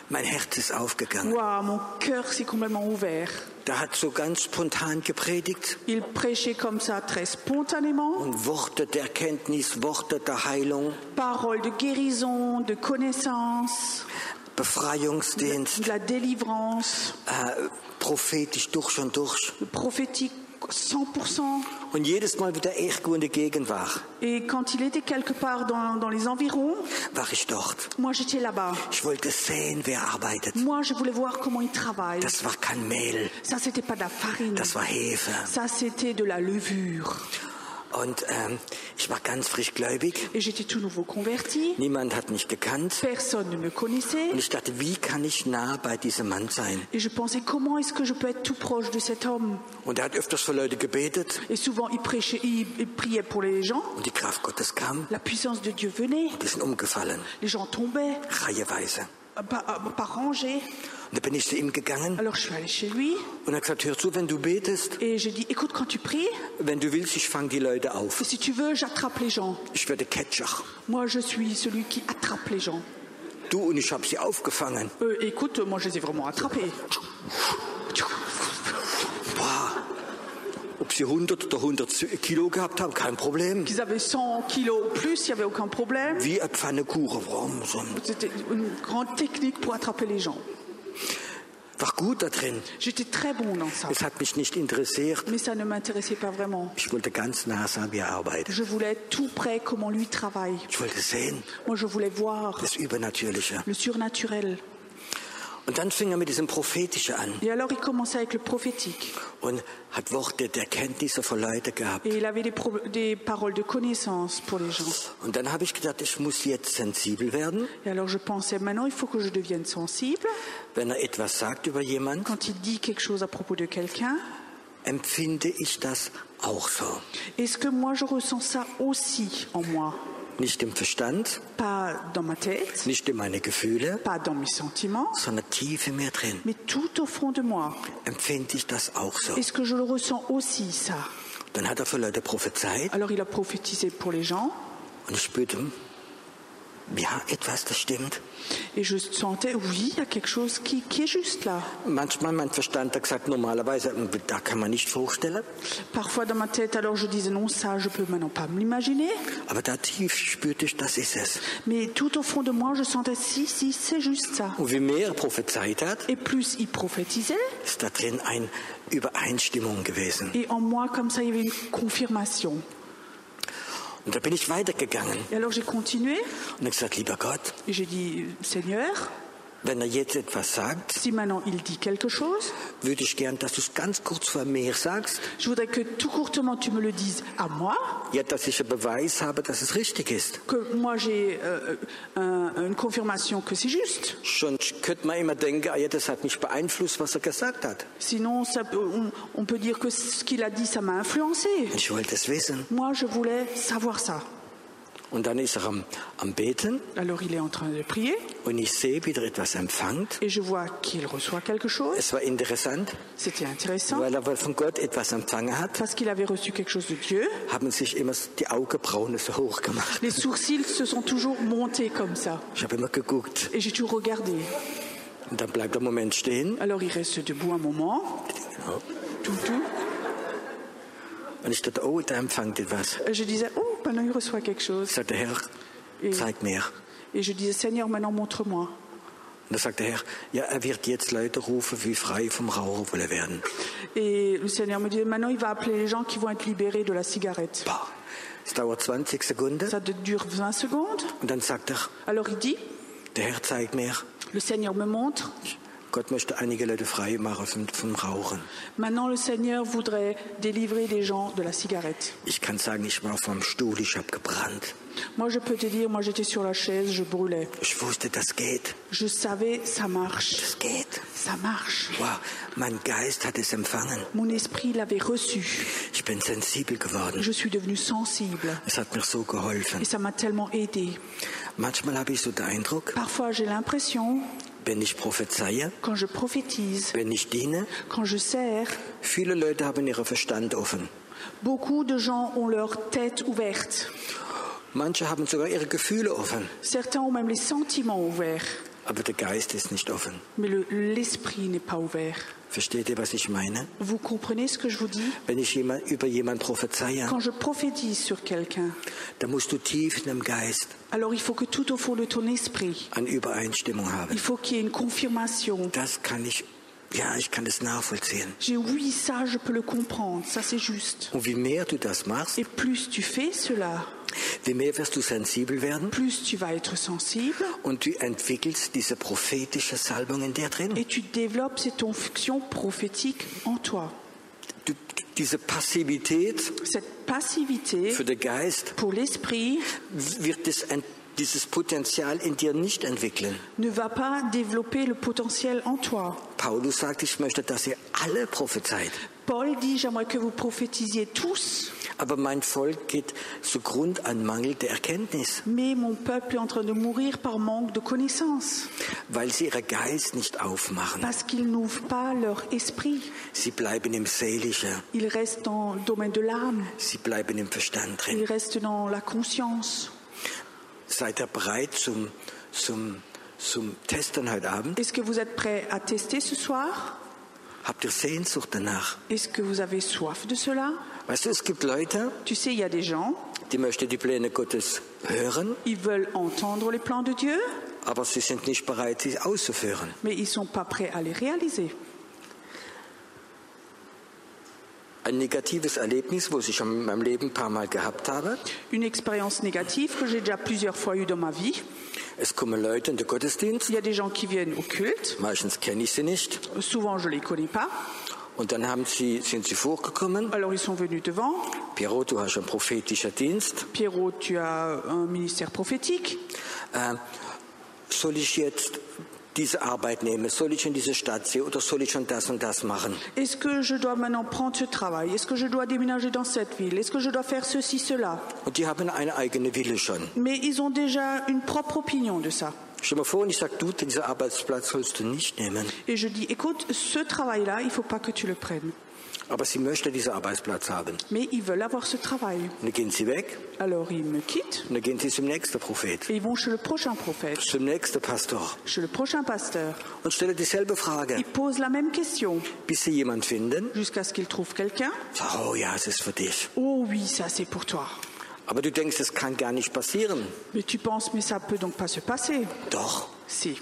Speaker 1: mein Herz ist aufgegangen.
Speaker 2: Waouh, mon cœur s'est complètement ouvert.
Speaker 1: Der hat so ganz spontan gepredigt
Speaker 2: Il prêchait comme ça, très spontanément.
Speaker 1: und Worte der Erkenntnis, Worte der Heilung,
Speaker 2: Paroles de guérison, de connaissance.
Speaker 1: Befreiungsdienst,
Speaker 2: de la délivrance
Speaker 1: äh, prophetisch durch und durch.
Speaker 2: prophétique 100%.
Speaker 1: Und jedes Mal, wenn der irgendwo in der Gegend war,
Speaker 2: Et quand il était quelque part dans, dans les environs,
Speaker 1: war ich dort.
Speaker 2: moi j'étais là-bas.
Speaker 1: Ich wollte sehen, wer arbeitet.
Speaker 2: Moi je voulais voir comment il travaille.
Speaker 1: Das war kein Mehl,
Speaker 2: Ça c'était pas de la farine,
Speaker 1: das war Hefe.
Speaker 2: ça c'était de la levure.
Speaker 1: Und ähm, ich war ganz frisch gläubig.
Speaker 2: Et j'étais tout nouveau converti.
Speaker 1: Niemand hat mich gekannt.
Speaker 2: Personne ne me connaissait.
Speaker 1: Und ich dachte, wie kann ich nah bei diesem Mann sein?
Speaker 2: Et je pensais, comment est-ce que je peux être tout proche de cet homme
Speaker 1: Und er hat öfters für Leute gebetet.
Speaker 2: Et souvent, il, prêchait, il, il priait pour les gens.
Speaker 1: Und die Kraft Gottes kam.
Speaker 2: La puissance de Dieu venait.
Speaker 1: Die sind umgefallen.
Speaker 2: Les gens tombaient,
Speaker 1: Reiheweise.
Speaker 2: euh, par, euh, par rangées.
Speaker 1: Und da bin ich zu ihm gegangen.
Speaker 2: Alors je suis allée chez lui
Speaker 1: Und er hat gesagt, hör zu, wenn du betest,
Speaker 2: et j'ai dit, écoute, quand tu pries,
Speaker 1: wenn du willst, ich fange die Leute auf.
Speaker 2: si tu veux, j'attrape les gens.
Speaker 1: Ich werde Catcher.
Speaker 2: Moi, je suis celui qui attrape les gens.
Speaker 1: Du und ich habe sie aufgefangen.
Speaker 2: Euh, écoute, moi, je les ai vraiment attrapés.
Speaker 1: Boah. Ob sie 100 oder 100 Kilo gehabt haben, kein Problem.
Speaker 2: Ils avaient 100 kilos ou plus, il n'y avait aucun problème.
Speaker 1: Wie eine Pfanne Kuchen. Warum? So ein-
Speaker 2: C'était une grande technique pour attraper les gens.
Speaker 1: War gut da drin.
Speaker 2: J'étais très bon dans ça,
Speaker 1: Es hat mich nicht interessiert.
Speaker 2: mais ça ne m'intéressait pas vraiment.
Speaker 1: Ich wollte ganz nah sein, wie er arbeitet.
Speaker 2: Je voulais être tout près comment lui travaille.
Speaker 1: Ich wollte sehen,
Speaker 2: Moi, je voulais voir
Speaker 1: das Übernatürliche.
Speaker 2: le surnaturel.
Speaker 1: Und dann fing er mit diesem Prophetischen an
Speaker 2: Et alors, il commençait avec le prophétique.
Speaker 1: und hat Worte der Kenntnisse für Leute gehabt.
Speaker 2: Et il avait des, pro- des paroles de connaissance pour les gens.
Speaker 1: Und dann habe ich gedacht, ich muss jetzt sensibel werden.
Speaker 2: Et alors je pensais, maintenant il faut que je devienne sensible.
Speaker 1: Wenn er etwas sagt über jemand,
Speaker 2: Quand il dit quelque chose à propos de quelqu'un,
Speaker 1: empfinde ich das auch so.
Speaker 2: est-ce que moi je ressens ça aussi en moi
Speaker 1: Nicht im Verstand,
Speaker 2: Pas dans ma tête,
Speaker 1: nicht in meine Gefühle,
Speaker 2: pas dans mes sentiments,
Speaker 1: sondern tief in mir drin.
Speaker 2: mais tout au fond de moi.
Speaker 1: Empfinde ich das auch so.
Speaker 2: Est-ce que je le ressens aussi ça
Speaker 1: Dann hat er für Leute prophezeit
Speaker 2: Alors il a prophétisé pour les gens
Speaker 1: und ich spürte, hm, ja, etwas, das stimmt.
Speaker 2: et je sentais, oui, il y a quelque chose qui, qui est juste là.
Speaker 1: Manchmal mein Verstand hat gesagt, normalerweise, hm, da kann man nicht vorstellen.
Speaker 2: Parfois dans ma tête, alors je disais, non, ça je peux maintenant pas me l'imaginer,
Speaker 1: Aber da tief spürte ich, das ist es.
Speaker 2: mais tout au fond de moi, je sentais, si, si, c'est juste ça.
Speaker 1: Und wie mehr er prophezeit hat,
Speaker 2: Et plus il prophétisait,
Speaker 1: ist da drin eine Übereinstimmung gewesen.
Speaker 2: Et en moi, comme ça, il y avait une confirmation.
Speaker 1: Und da bin ich weitergegangen
Speaker 2: Et alors j'ai continué
Speaker 1: und habe gesagt, lieber Gott,
Speaker 2: et j'ai dit, Seigneur,
Speaker 1: wenn er jetzt etwas sagt,
Speaker 2: si maintenant il dit quelque chose,
Speaker 1: würde ich gern, dass du es ganz kurz vor mir sagst,
Speaker 2: je voudrais que tout courtement tu me le dises à moi,
Speaker 1: ja, dass ich einen Beweis habe, dass es richtig ist.
Speaker 2: que moi j'ai euh, un- une confirmation que c'est juste.
Speaker 1: Schon könnte man immer denken, ah ja, das hat mich beeinflusst, was er gesagt hat.
Speaker 2: Sinon, ça peut- on, on peut dire que ce qu'il a dit, ça m'a influencé.
Speaker 1: Ich wollte es wissen.
Speaker 2: Moi, je voulais savoir ça.
Speaker 1: Und dann ist er am, am Beten
Speaker 2: Alors il est en train de prier
Speaker 1: und ich sehe, wie er etwas empfängt.
Speaker 2: et je vois qu'il reçoit quelque chose.
Speaker 1: Es war interessant,
Speaker 2: C'était intéressant
Speaker 1: weil er von Gott etwas empfangen hat,
Speaker 2: parce qu'il avait reçu quelque chose de Dieu.
Speaker 1: haben sich immer die Augenbrauen so hoch gemacht.
Speaker 2: Les sourcils se sont toujours montés comme ça.
Speaker 1: Ich habe immer geguckt
Speaker 2: Et j'ai toujours regardé.
Speaker 1: und dann bleibt der Moment stehen
Speaker 2: Alors il reste debout un moment, tout, tout.
Speaker 1: und ich dachte, oh, da empfängt etwas.
Speaker 2: Et Je disais, oh, maintenant il reçoit quelque
Speaker 1: Ich
Speaker 2: chose.
Speaker 1: sagte, Herr, zeig mir.
Speaker 2: Et je disais, Seigneur, maintenant montre-moi.
Speaker 1: Und da sagt der Herr, ja, er wird jetzt Leute rufen, wie frei vom Rauchen wollen werden.
Speaker 2: Et le Seigneur me disait, maintenant il va appeler les gens qui vont être libérés de la cigarette.
Speaker 1: Boah. Es dauert 20 Sekunden
Speaker 2: Ça de- dure 20 secondes.
Speaker 1: und dann sagt er,
Speaker 2: Alors il dit,
Speaker 1: der Herr zeigt mir,
Speaker 2: le Seigneur me montre.
Speaker 1: Gott möchte einige Leute frei machen vom, vom Rauchen.
Speaker 2: Maintenant le Seigneur voudrait délivrer les gens de la cigarette.
Speaker 1: Ich kann sagen, ich war auf meinem Stuhl, ich habe gebrannt.
Speaker 2: Moi je peux te dire, moi j'étais sur la chaise, je brûlais.
Speaker 1: Ich wusste, das geht.
Speaker 2: Je savais, ça marche.
Speaker 1: Das geht.
Speaker 2: Ça marche.
Speaker 1: Wow, mein Geist hat es empfangen.
Speaker 2: Mon esprit l'avait reçu.
Speaker 1: Ich bin sensibel geworden.
Speaker 2: Je suis devenue sensible.
Speaker 1: Es hat mir so geholfen.
Speaker 2: Et ça m'a tellement aidé.
Speaker 1: Manchmal habe ich so den Eindruck,
Speaker 2: Parfois, j'ai l'impression,
Speaker 1: wenn ich prophezeie,
Speaker 2: quand je prophétise,
Speaker 1: wenn ich diene,
Speaker 2: quand je sers,
Speaker 1: viele Leute haben ihren Verstand offen.
Speaker 2: beaucoup de gens ont leur tête ouverte.
Speaker 1: Manche haben sogar ihre Gefühle offen,
Speaker 2: Certains ont même les sentiments ouverts,
Speaker 1: aber der Geist ist nicht offen.
Speaker 2: mais le- l'esprit n'est pas ouvert.
Speaker 1: Versteht ihr, was ich meine?
Speaker 2: Vous comprenez ce que je vous dis
Speaker 1: Wenn ich jemand, über jemanden prophezeie,
Speaker 2: Quand je prophétise sur quelqu'un,
Speaker 1: dann musst du tief in dem Geist
Speaker 2: alors il faut que tout au fond de ton esprit,
Speaker 1: eine Übereinstimmung
Speaker 2: il
Speaker 1: haben.
Speaker 2: faut qu'il y ait une confirmation.
Speaker 1: Das kann ich, ja, ich kann das nachvollziehen.
Speaker 2: J'ai oui, ça, je peux le comprendre, ça c'est juste.
Speaker 1: Und wie mehr du das machst,
Speaker 2: Et plus tu fais cela,
Speaker 1: wie mehr wirst du sensibel werden
Speaker 2: plus tu vas être sensible
Speaker 1: und du entwickelst diese prophetische Salbung in dir drin.
Speaker 2: et tu développes cette fonction prophétique en toi.
Speaker 1: Du, diese Passivität
Speaker 2: Cette cette passivité
Speaker 1: Für den Geist
Speaker 2: pour l'esprit
Speaker 1: wird es ein, dieses Potenzial in dir nicht entwickeln.
Speaker 2: ne va pas développer le potentiel en toi.
Speaker 1: Paulus sagt, ich möchte, dass ihr alle prophezeit.
Speaker 2: Paul dit, j'aimerais que vous prophétisiez tous,
Speaker 1: Aber mein Volk geht zugrund an Mangel der Erkenntnis,
Speaker 2: mais mon peuple est en train de mourir par manque de connaissances,
Speaker 1: weil sie ihren Geist nicht aufmachen.
Speaker 2: parce qu'ils n'ouvrent pas leur esprit.
Speaker 1: Sie bleiben im Seelischen,
Speaker 2: Ils restent dans le domaine de l'âme,
Speaker 1: sie bleiben im Verstand drin.
Speaker 2: ils restent dans la conscience.
Speaker 1: Seid ihr bereit zum, zum, zum Testen heute Abend?
Speaker 2: Est-ce que vous êtes prêts à tester ce soir
Speaker 1: Habt ihr Sehnsucht danach?
Speaker 2: Est-ce que vous avez soif de cela
Speaker 1: Weißt du, es gibt Leute,
Speaker 2: Tu sais, il y a des gens,
Speaker 1: die möchten die Pläne Gottes hören,
Speaker 2: ils veulent entendre les plans de Dieu,
Speaker 1: aber sie sind nicht bereit, sie auszuführen.
Speaker 2: mais ils ne sont pas prêts à les réaliser.
Speaker 1: Ein negatives Erlebnis, was ich schon in meinem Leben ein paar Mal gehabt habe.
Speaker 2: Une expérience négative que j'ai déjà plusieurs fois eue dans ma vie.
Speaker 1: Es kommen Leute in den Gottesdienst,
Speaker 2: Il y a des gens qui viennent au culte,
Speaker 1: meistens kenne ich sie nicht.
Speaker 2: souvent je ne les connais pas,
Speaker 1: Und dann haben sie, sind sie vorgekommen.
Speaker 2: alors ils sont venus devant.
Speaker 1: Piero, du hast einen prophetischen Dienst.
Speaker 2: Pierrot, tu as un ministère prophétique.
Speaker 1: Äh, soll ich jetzt diese Arbeit nehmen? Soll ich in diese Stadt ziehen oder soll ich schon das und das machen?
Speaker 2: Est-ce que je dois maintenant prendre ce travail Est-ce que je dois déménager dans cette ville Est-ce que je dois faire ceci, cela
Speaker 1: Und die haben eine eigene Wille schon.
Speaker 2: Mais ils ont déjà une propre opinion de ça.
Speaker 1: Stell dir mal vor, und ich sage, du, diesen Arbeitsplatz sollst du nicht nehmen.
Speaker 2: Et je dis, écoute, ce travail-là, il ne faut pas que tu le prennes.
Speaker 1: Aber sie möchte diesen Arbeitsplatz haben.
Speaker 2: Mais ils veulent avoir ce travail.
Speaker 1: Und dann gehen sie weg
Speaker 2: Alors ils me quittent
Speaker 1: und dann gehen sie zum nächsten Prophet,
Speaker 2: et ils vont chez le prochain prophète,
Speaker 1: zum nächsten Pastor
Speaker 2: chez le prochain pasteur.
Speaker 1: und stellen dieselbe Frage,
Speaker 2: Ils posent la même question
Speaker 1: bis sie jemand finden.
Speaker 2: jusqu'à ce qu'ils trouvent quelqu'un.
Speaker 1: Sag, Oh ja, es ist für dich.
Speaker 2: Oh oui, ça c'est pour toi.
Speaker 1: Aber du denkst, es kann gar nicht passieren.
Speaker 2: Mais tu penses, mais ça peut donc pas se passer.
Speaker 1: Doch.
Speaker 2: Si.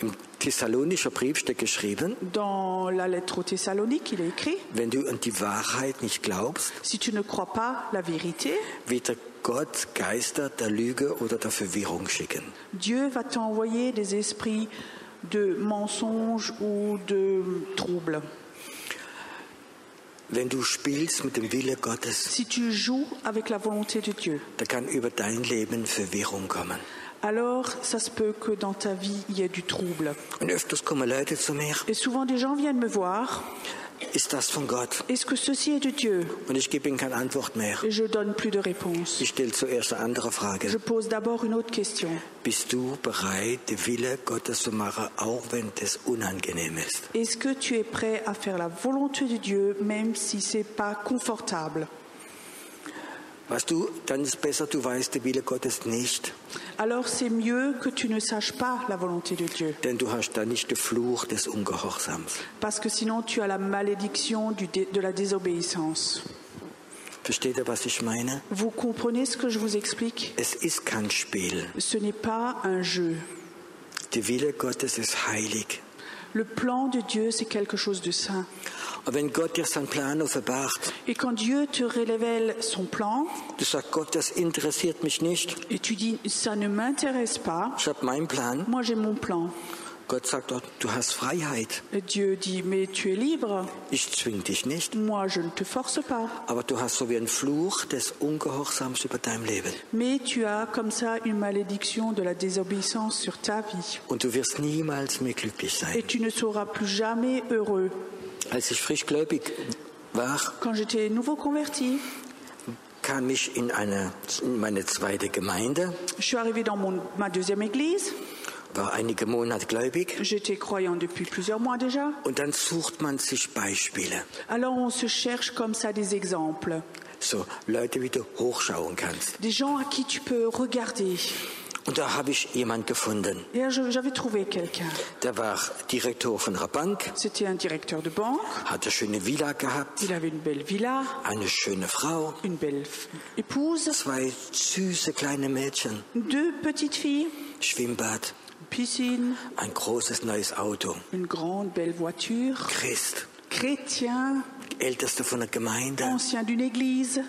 Speaker 1: Im Thessalonischer Brief steht geschrieben,
Speaker 2: Dans la lettre aux Thessaloniques, il est écrit
Speaker 1: wenn du an die Wahrheit nicht glaubst,
Speaker 2: Si tu ne crois pas la vérité,
Speaker 1: wird Gott Geister der Lüge oder der Verwirrung schicken.
Speaker 2: Dieu va t'envoyer des esprits de mensonges ou de troubles.
Speaker 1: Wenn du spielst mit dem Wille Gottes,
Speaker 2: Si tu joues avec la volonté de Dieu,
Speaker 1: da kann über dein Leben Verwirrung kommen.
Speaker 2: alors ça se peut que dans ta vie, il y ait du trouble.
Speaker 1: Und öfters kommen Leute zu mir,
Speaker 2: Et souvent, des gens viennent me voir
Speaker 1: ist das von Gott?
Speaker 2: Est-ce que ceci est de Dieu
Speaker 1: Und ich gebe ihnen keine Antwort mehr.
Speaker 2: Et je donne plus de réponse.
Speaker 1: Ich stelle zuerst eine andere
Speaker 2: Je
Speaker 1: Frage.
Speaker 2: pose d'abord une autre question.
Speaker 1: Bist du bereit, den Wille Gottes zu machen, auch wenn das unangenehm ist?
Speaker 2: Est-ce que tu es prêt à faire la volonté de Dieu, même si c'est pas confortable
Speaker 1: Weißt du, dann ist besser, du weißt den Wille Gottes nicht,
Speaker 2: Alors c'est mieux que tu ne saches pas la volonté de Dieu,
Speaker 1: denn du hast da nicht den Fluch des Ungehorsams.
Speaker 2: parce que sinon tu as la malédiction du dé- de la désobéissance.
Speaker 1: Versteht ihr, was ich meine?
Speaker 2: Vous comprenez ce que je vous explique
Speaker 1: Es ist kein Spiel.
Speaker 2: Ce n'est pas un jeu.
Speaker 1: Der Wille Gottes ist heilig.
Speaker 2: Le plan de Dieu, c'est quelque chose de saint.
Speaker 1: Und wenn Gott dir seinen Plan offenbart,
Speaker 2: Et quand Dieu te révèle son plan,
Speaker 1: du sagst, Gott, das interessiert mich nicht,
Speaker 2: et tu dis ça ne m'intéresse pas,
Speaker 1: ich habe meinen Plan.
Speaker 2: moi j'ai mon plan.
Speaker 1: Gott sagt, oh, du hast Freiheit.
Speaker 2: Et Dieu dit mais tu es libre,
Speaker 1: Ich zwing dich nicht,
Speaker 2: moi je ne te force pas.
Speaker 1: aber du hast so wie einen Fluch des Ungehorsams über deinem Leben.
Speaker 2: Mais tu as comme ça une malédiction de la désobéissance sur ta vie.
Speaker 1: Und du wirst niemals mehr glücklich
Speaker 2: Et
Speaker 1: sein.
Speaker 2: tu ne seras plus jamais heureux.
Speaker 1: Als ich frischgläubig war,
Speaker 2: Quand j'étais nouveau converti,
Speaker 1: kam ich in, eine, in meine zweite Gemeinde,
Speaker 2: je suis arrivée dans mon- ma deuxième église.
Speaker 1: war einige Monate gläubig.
Speaker 2: J'étais croyant depuis plusieurs mois déjà.
Speaker 1: Und dann sucht man sich Beispiele.
Speaker 2: Alors on se cherche comme ça des exemples.
Speaker 1: So Leute, wie du hochschauen kannst.
Speaker 2: Des gens à qui tu peux regarder.
Speaker 1: Und da habe ich jemanden gefunden.
Speaker 2: Et là, je- j'avais trouvé quelqu'un.
Speaker 1: Der war Direktor von einer Bank,
Speaker 2: C'était un directeur de banque.
Speaker 1: hatte schöne Villa gehabt,
Speaker 2: Il avait une belle villa,
Speaker 1: eine schöne Frau,
Speaker 2: une belle f- épouse,
Speaker 1: zwei süße kleine Mädchen,
Speaker 2: deux petites filles,
Speaker 1: Schwimmbad,
Speaker 2: une piscine,
Speaker 1: ein großes neues Auto.
Speaker 2: une grande belle voiture.
Speaker 1: Christ,
Speaker 2: Chrétien, Oh.
Speaker 1: Ältester von der Gemeinde.
Speaker 2: ancien d'une église.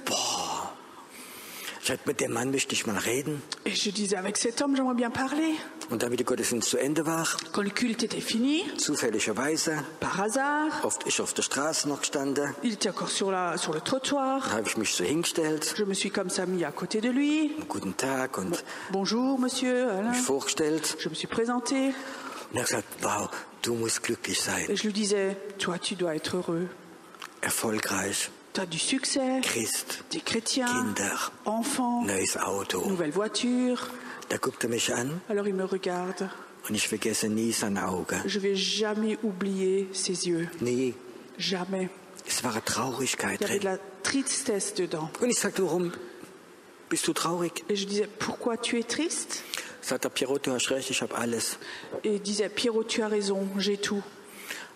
Speaker 1: Ich sagte, mit dem Mann möchte ich mal reden.
Speaker 2: Et je disais, avec cet homme, j'aimerais bien parler.
Speaker 1: Und dann, wie der Gottesdienst zu Ende war,
Speaker 2: Quand le culte était fini,
Speaker 1: zufälligerweise,
Speaker 2: par hasard,
Speaker 1: oft ich auf der Straße noch stande,
Speaker 2: il était encore sur, la, sur le trottoir.
Speaker 1: habe ich mich so hingestellt,
Speaker 2: Je me suis comme ça mis à côté de lui.
Speaker 1: guten Tag und
Speaker 2: Bonjour, monsieur. Alain.
Speaker 1: mich vorgestellt.
Speaker 2: Je me suis présenté
Speaker 1: Und er hat gesagt, wow, du musst glücklich sein,
Speaker 2: et je lui disais, toi, tu dois être heureux.
Speaker 1: erfolgreich,
Speaker 2: Tu as du succès,
Speaker 1: Christ,
Speaker 2: des chrétiens,
Speaker 1: Kinder,
Speaker 2: enfants,
Speaker 1: neues Auto.
Speaker 2: nouvelle voiture.
Speaker 1: Da guckt er mich an
Speaker 2: Alors il me regarde.
Speaker 1: und ich vergesse nie seine Augen.
Speaker 2: Je vais jamais oublier ses yeux.
Speaker 1: Nie.
Speaker 2: Jamais.
Speaker 1: Es war eine Traurigkeit
Speaker 2: Il y avait de
Speaker 1: drin.
Speaker 2: la tristesse dedans.
Speaker 1: Und ich sagte, warum bist du traurig?
Speaker 2: Et je disais, pourquoi tu es triste
Speaker 1: Sagt der Pierrot, du hast recht, ich habe alles.
Speaker 2: Et il disait, Pierrot, tu as raison, j'ai tout.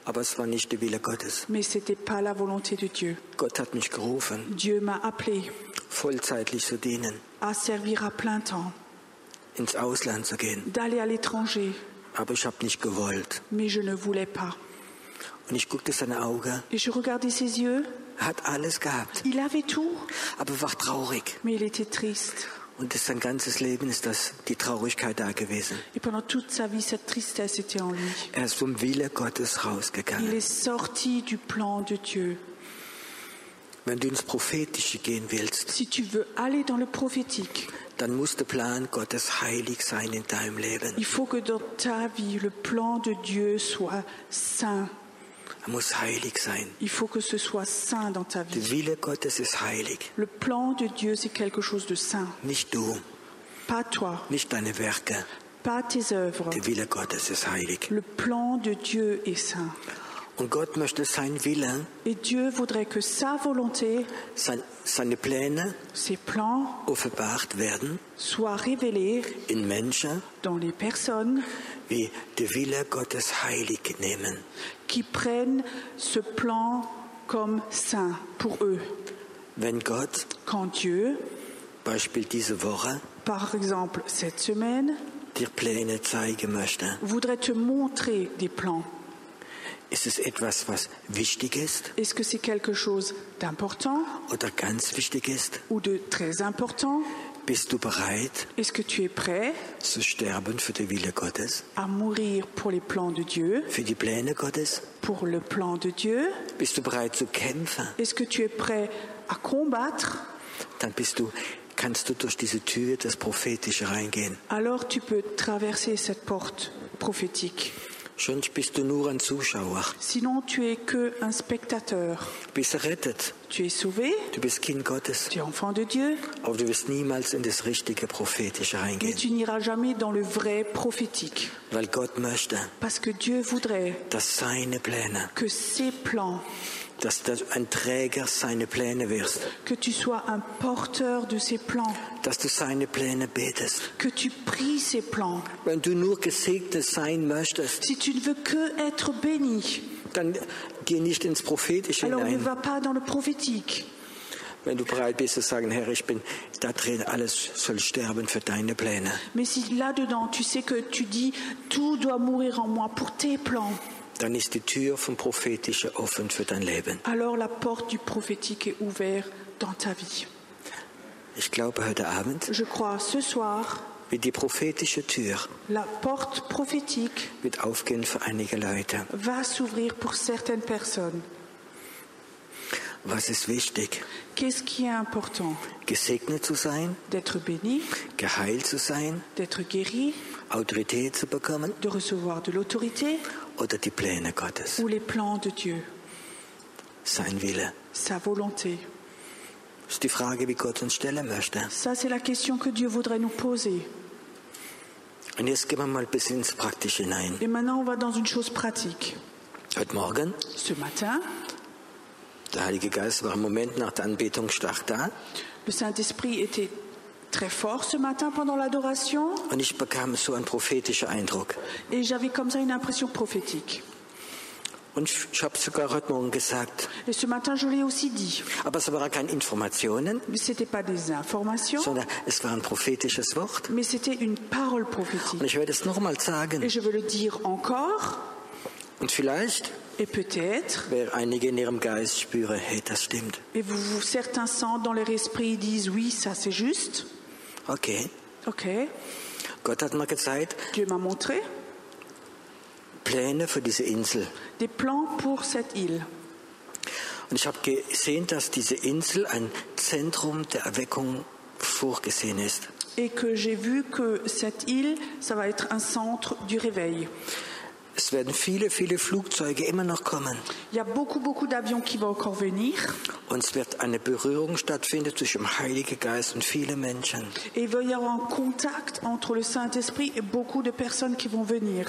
Speaker 1: Aber es war nicht der Wille Gottes.
Speaker 2: Mais c'était pas la volonté de Dieu.
Speaker 1: Gott hat mich gerufen,
Speaker 2: Dieu m'a appelé
Speaker 1: vollzeitlich zu dienen,
Speaker 2: à servir à plein temps,
Speaker 1: ins Ausland zu gehen.
Speaker 2: d'aller à l'étranger,
Speaker 1: Aber ich habe nicht gewollt.
Speaker 2: mais je ne voulais pas.
Speaker 1: Und ich guckte seine Augen,
Speaker 2: Et je regardais ses yeux,
Speaker 1: hat alles gehabt,
Speaker 2: il avait tout,
Speaker 1: aber war traurig.
Speaker 2: mais il était triste.
Speaker 1: Und das sein ganzes Leben ist das, die Traurigkeit da gewesen.
Speaker 2: Et pendant toute sa vie, cette tristesse était en lui.
Speaker 1: Er ist vom Wille Gottes
Speaker 2: Il
Speaker 1: rausgegangen.
Speaker 2: est sorti du plan de Dieu.
Speaker 1: Wenn du ins Prophetische gehen willst,
Speaker 2: Si tu veux aller dans le prophétique,
Speaker 1: dann muss der Plan Gottes heilig sein in deinem Leben.
Speaker 2: il faut que dans ta vie, le plan de Dieu soit saint.
Speaker 1: Er muss heilig sein.
Speaker 2: Il faut que ce soit saint dans ta vie.
Speaker 1: Der Wille Gottes ist heilig.
Speaker 2: Le plan de Dieu, c'est quelque chose de saint.
Speaker 1: Nicht du,
Speaker 2: Pas toi,
Speaker 1: nicht deine Werke.
Speaker 2: pas tes œuvres.
Speaker 1: Der Wille Gottes ist heilig.
Speaker 2: Le plan de Dieu est saint.
Speaker 1: Und Gott möchte sein Wille,
Speaker 2: Et Dieu voudrait que sa volonté,
Speaker 1: sein, seine Pläne
Speaker 2: ses plans
Speaker 1: offenbart werden
Speaker 2: soient révélés
Speaker 1: in Menschen,
Speaker 2: dans les personnes
Speaker 1: wie der Wille Gottes heilig nehmen.
Speaker 2: qui prennent ce plan comme saint pour eux.
Speaker 1: Wenn Gott,
Speaker 2: Quand Dieu,
Speaker 1: Beispiel diese Woche,
Speaker 2: par exemple cette semaine,
Speaker 1: dir Pläne zeigen möchte,
Speaker 2: voudrait te montrer des plans,
Speaker 1: ist es etwas, was wichtig ist
Speaker 2: est-ce que c'est quelque chose d'important
Speaker 1: oder ganz wichtig ist?
Speaker 2: ou de très important
Speaker 1: Bist du bereit
Speaker 2: Est-ce que tu es prêt
Speaker 1: zu sterben für den Wille Gottes,
Speaker 2: à mourir pour les plans de Dieu,
Speaker 1: für die Pläne Gottes?
Speaker 2: pour le plan de Dieu
Speaker 1: Bist du bereit zu kämpfen?
Speaker 2: Est-ce que tu es prêt à combattre
Speaker 1: Dann bist du, kannst du durch diese Tür das Prophetische reingehen.
Speaker 2: Alors tu peux traverser cette porte prophétique.
Speaker 1: Schon bist du nur ein Zuschauer.
Speaker 2: Sinon, tu es que un spectateur.
Speaker 1: bist errettet.
Speaker 2: Tu es sauvé,
Speaker 1: Du bist Kind Gottes.
Speaker 2: tu es enfant de Dieu,
Speaker 1: Aber du wirst niemals in das richtige Prophetische
Speaker 2: mais
Speaker 1: reingehen.
Speaker 2: tu n'iras jamais dans le vrai prophétique.
Speaker 1: Weil Gott möchte,
Speaker 2: Parce que Dieu voudrait
Speaker 1: dass seine Pläne,
Speaker 2: que ses plans,
Speaker 1: dass du ein Träger seine Pläne wirst.
Speaker 2: que tu sois un porteur de ses plans,
Speaker 1: Dass du seine Pläne betest.
Speaker 2: que tu pries ses plans.
Speaker 1: Wenn du nur gesegnet sein möchtest,
Speaker 2: Si tu ne veux que être béni,
Speaker 1: dann geh nicht ins Prophetische
Speaker 2: alors ne
Speaker 1: hinein.
Speaker 2: va pas dans le prophétique.
Speaker 1: Wenn du bereit bist zu sagen, Herr, ich bin da drin, alles soll sterben für deine Pläne,
Speaker 2: Mais si là-dedans, tu sais que tu dis, tout doit mourir en moi pour tes plans,
Speaker 1: dann ist die Tür vom Prophetischen offen für dein Leben.
Speaker 2: alors la porte du prophétique est ouverte dans ta vie.
Speaker 1: Ich glaube, heute Abend
Speaker 2: Je crois ce soir,
Speaker 1: wird die prophetische Tür
Speaker 2: la porte prophétique
Speaker 1: wird aufgehen für einige Leute.
Speaker 2: va s'ouvrir pour certaines personnes.
Speaker 1: Was ist wichtig?
Speaker 2: Qu'est-ce qui est important
Speaker 1: Gesegnet zu sein,
Speaker 2: D'être béni,
Speaker 1: geheilt zu sein,
Speaker 2: d'être guéri,
Speaker 1: Autorität zu bekommen
Speaker 2: de recevoir de l'autorité
Speaker 1: oder die Pläne Gottes,
Speaker 2: ou les plans de Dieu,
Speaker 1: sein Wille.
Speaker 2: sa volonté.
Speaker 1: Ist die Frage, wie Gott uns stellen möchte.
Speaker 2: Ça, c'est la question que Dieu voudrait nous poser.
Speaker 1: Und jetzt gehen wir mal ein bisschen ins Praktische hinein.
Speaker 2: Et maintenant, on va dans une chose pratique.
Speaker 1: Heute Morgen,
Speaker 2: Ce matin,
Speaker 1: der Heilige Geist war im Moment nach der Anbetung stark da
Speaker 2: le Saint-Esprit était très fort ce matin pendant l'adoration
Speaker 1: und ich bekam so einen prophetischen Eindruck.
Speaker 2: et j'avais comme ça une impression prophétique.
Speaker 1: Und ich, ich habe sogar heute Morgen gesagt,
Speaker 2: Et ce matin, je l'ai aussi dit.
Speaker 1: aber es waren keine Informationen,
Speaker 2: Mais ce n'était pas des informations,
Speaker 1: sondern es war ein prophetisches Wort.
Speaker 2: mais c'était une parole
Speaker 1: Und
Speaker 2: prophétique.
Speaker 1: ich werde es nochmals
Speaker 2: Et
Speaker 1: sagen.
Speaker 2: je veux le dire encore,
Speaker 1: Und vielleicht
Speaker 2: Et peut-être,
Speaker 1: weil einige in ihrem Geist spüren, hey, das stimmt.
Speaker 2: et vous, vous- certains sentent dans leur esprit, ils disent oui, ça c'est juste.
Speaker 1: Okay,
Speaker 2: Ok,
Speaker 1: Gott hat mir gezeigt,
Speaker 2: Dieu m'a montré
Speaker 1: Pläne für diese Insel.
Speaker 2: des plans pour cette île.
Speaker 1: Und ich habe gesehen, dass diese Insel ein Zentrum der Erweckung vorgesehen ist.
Speaker 2: Et que j'ai vu que cette île, ça va être un centre du réveil.
Speaker 1: Es werden viele, viele Flugzeuge immer noch kommen.
Speaker 2: Il y a beaucoup, beaucoup d'avions qui vont encore venir.
Speaker 1: Und es wird eine Berührung stattfinden zwischen dem Heiligen Geist und vielen Menschen.
Speaker 2: Et il va y avoir un contact entre le Saint-Esprit et beaucoup de personnes qui vont venir.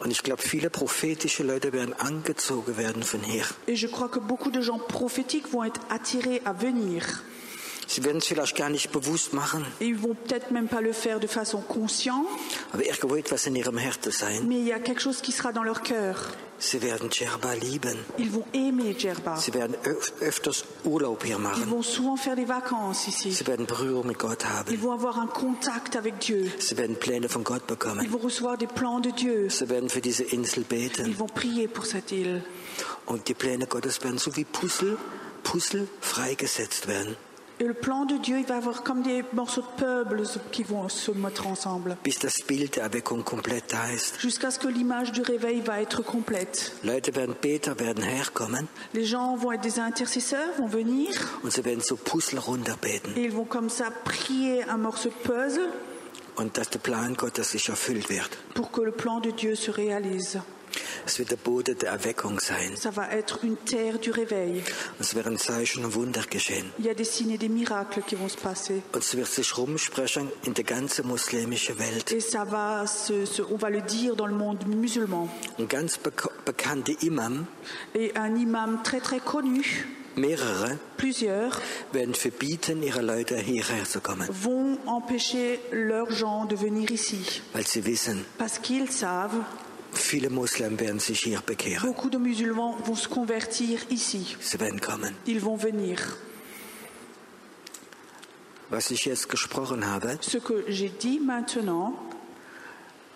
Speaker 1: Und ich glaube, viele prophetische Leute werden angezogen werden von hier.
Speaker 2: Et je crois que beaucoup de gens prophétiques vont être attirés à venir.
Speaker 1: Sie werden es vielleicht gar nicht bewusst machen,
Speaker 2: Et ils vont peut-être même pas le faire de façon consciente,
Speaker 1: aber irgendwo etwas in ihrem Herzen sein.
Speaker 2: mais il y a quelque chose qui sera dans leur cœur.
Speaker 1: Sie werden Djerba lieben.
Speaker 2: Ils vont aimer Djerba.
Speaker 1: Sie werden öf öfters Urlaub hier
Speaker 2: Ils
Speaker 1: machen.
Speaker 2: vont souvent faire des vacances ici.
Speaker 1: Sie werden Berührung mit Gott
Speaker 2: Ils
Speaker 1: haben.
Speaker 2: vont avoir un contact avec Dieu.
Speaker 1: Sie werden Pläne von Gott
Speaker 2: Ils
Speaker 1: bekommen.
Speaker 2: vont recevoir des plans de Dieu.
Speaker 1: Sie werden für diese Insel beten.
Speaker 2: Ils vont prier pour cette île.
Speaker 1: Und die Pläne Gottes werden so wie Puzzle, Puzzle freigesetzt werden.
Speaker 2: Et le plan de Dieu, il va avoir comme des morceaux de peuple qui vont se mettre ensemble.
Speaker 1: Bis das Bild der Erweckung komplett da ist.
Speaker 2: Jusqu'à ce que l'image du réveil va être complète.
Speaker 1: Leute werden Beter, werden herkommen
Speaker 2: Les gens vont être des intercesseurs, vont venir,
Speaker 1: und sie werden so Puzzle runterbeten.
Speaker 2: et ils vont comme ça prier un morceau de puzzle
Speaker 1: Und dass der Plan Gottes sich erfüllt wird.
Speaker 2: pour que le plan de Dieu se réalise.
Speaker 1: Es wird der Boden der Erweckung sein.
Speaker 2: Ça va être une terre du réveil.
Speaker 1: Es werden Zeichen und Wunder geschehen.
Speaker 2: Il y a des signes et des miracles qui vont se passer.
Speaker 1: Und es wird sich rumsprechen in der ganzen muslimischen Welt.
Speaker 2: Et ça va, se- se- on va le dire dans le monde musulman.
Speaker 1: Ein ganz bek bekannter Imam,
Speaker 2: Et un imam très très connu,
Speaker 1: mehrere,
Speaker 2: plusieurs,
Speaker 1: werden verbieten, ihre Leute hierher zu kommen.
Speaker 2: vont empêcher leurs gens de venir ici.
Speaker 1: Weil sie wissen,
Speaker 2: Parce qu'ils savent,
Speaker 1: viele Muslimen werden sich hier bekehren.
Speaker 2: beaucoup de musulmans vont se convertir ici.
Speaker 1: Sie werden kommen.
Speaker 2: Ils vont venir.
Speaker 1: Was ich jetzt gesprochen habe,
Speaker 2: Ce que j'ai dit maintenant,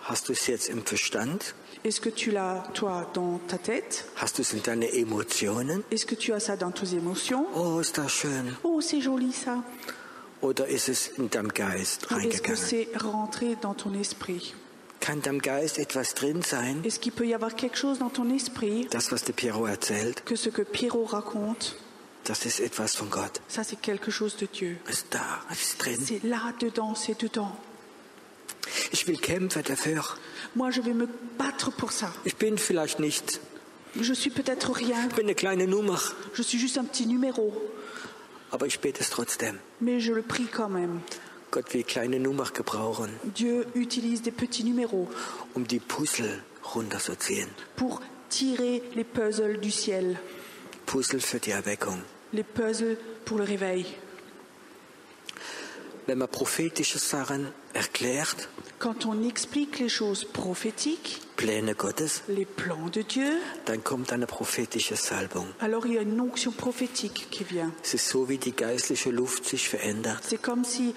Speaker 1: hast du es jetzt im Verstand?
Speaker 2: est-ce que tu l'as, toi, dans ta tête
Speaker 1: Hast du es in deinen Emotionen?
Speaker 2: Est-ce que tu as ça dans tes émotions
Speaker 1: Oh, ist das schön.
Speaker 2: Oh, c'est joli ça.
Speaker 1: Oder ist es in deinem Geist
Speaker 2: Ou Est-ce que
Speaker 1: reingegangen?
Speaker 2: c'est rentré dans ton esprit
Speaker 1: Kann in deinem Geist etwas drin sein?
Speaker 2: Est-ce qu'il peut y avoir quelque chose dans ton esprit
Speaker 1: Das, was der Piero erzählt,
Speaker 2: que ce que Pierrot raconte,
Speaker 1: das ist etwas von Gott.
Speaker 2: ça c'est quelque chose de Dieu
Speaker 1: Ist da, ist drin.
Speaker 2: C'est là, dedans, c'est dedans.
Speaker 1: Ich will kämpfen dafür.
Speaker 2: Moi, je vais me battre pour ça.
Speaker 1: Ich bin vielleicht nicht,
Speaker 2: Je suis peut-être rien,
Speaker 1: ich bin eine kleine Nummer,
Speaker 2: je suis juste un petit numéro,
Speaker 1: aber ich bete es trotzdem.
Speaker 2: mais je le prie quand même.
Speaker 1: Gott will kleine Nummer gebrauchen,
Speaker 2: Dieu utilise des petits numéros
Speaker 1: um die Puzzle runterzuziehen.
Speaker 2: pour tirer les puzzles du ciel,
Speaker 1: Puzzle für die Erweckung.
Speaker 2: les puzzles pour le réveil.
Speaker 1: Wenn man prophetische Sachen erklärt,
Speaker 2: Quand on explique les choses prophétiques,
Speaker 1: Pläne Gottes,
Speaker 2: les plans de Dieu,
Speaker 1: dann kommt eine prophetische Salbung.
Speaker 2: alors il y a une onction prophétique qui vient.
Speaker 1: Es ist so, wie die geistliche Luft sich verändert.
Speaker 2: C'est comme si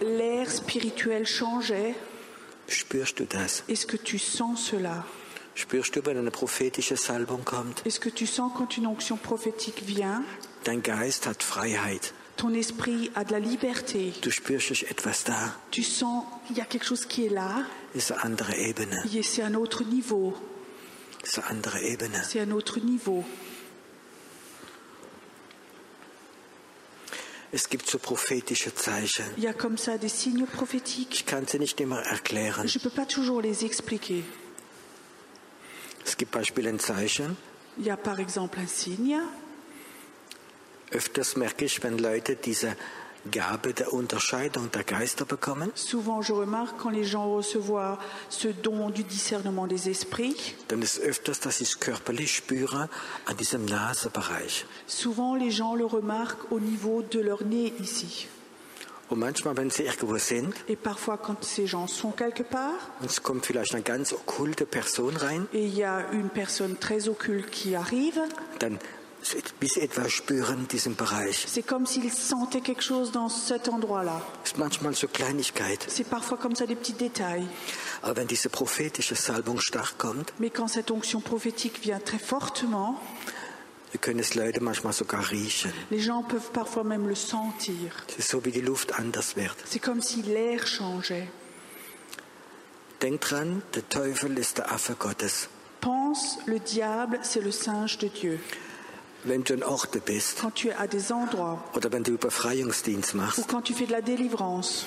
Speaker 2: l'air spirituel changeait.
Speaker 1: Spürst du das?
Speaker 2: Est-ce que tu sens cela
Speaker 1: Spürst du, wenn eine prophetische Salbung kommt?
Speaker 2: Est-ce que tu sens quand une onction prophétique vient
Speaker 1: Dein Geist hat Freiheit.
Speaker 2: Ton esprit a de la liberté.
Speaker 1: Du spürst es etwas da.
Speaker 2: Tu sens il y a quelque chose qui est là.
Speaker 1: Ist eine andere Ebene.
Speaker 2: Et c'est un autre niveau.
Speaker 1: Ist eine andere Ebene.
Speaker 2: C'est un autre niveau.
Speaker 1: Es gibt so prophetische Zeichen.
Speaker 2: Il y a comme ça des signes prophétiques.
Speaker 1: Ich kann sie nicht immer erklären.
Speaker 2: Je ne peux pas toujours les expliquer.
Speaker 1: Es gibt Beispiel ein Zeichen.
Speaker 2: Il y a par exemple un signe.
Speaker 1: Öfters merke ich, wenn Leute diese Gabe der Unterscheidung der Geister bekommen,
Speaker 2: Souvent, je remarque quand les gens recevoir ce don du discernement des esprits,
Speaker 1: dann ist öfters, dass ich es körperlich spüre an diesem Nasenbereich.
Speaker 2: souvent les gens le remarquent au niveau de leur nez ici.
Speaker 1: Und manchmal, wenn sie irgendwo sind,
Speaker 2: Et parfois, quand ces gens sont quelque part,
Speaker 1: und es kommt vielleicht eine ganz okkulte Person rein,
Speaker 2: et il y a une personne très occulte qui arrive,
Speaker 1: dann bis etwas spüren, diesen Bereich.
Speaker 2: C'est comme s'il sentait quelque chose dans cet endroit-là.
Speaker 1: Ist manchmal so Kleinigkeit.
Speaker 2: C'est parfois comme ça des petits détails.
Speaker 1: Aber wenn diese prophetische Salbung stark kommt,
Speaker 2: Mais quand cette onction prophétique vient très fortement,
Speaker 1: können es Leute manchmal sogar riechen.
Speaker 2: les gens peuvent parfois même le sentir.
Speaker 1: Es ist so, wie die Luft anders wird.
Speaker 2: C'est comme si l'air changeait.
Speaker 1: Denk dran, der Teufel ist der Affe Gottes.
Speaker 2: Pense, le diable, c'est le singe de Dieu.
Speaker 1: Wenn du in Orte bist
Speaker 2: Quand tu es à des endroits
Speaker 1: oder wenn du Überfreiungsdienst
Speaker 2: ou
Speaker 1: machst,
Speaker 2: quand tu fais de la délivrance,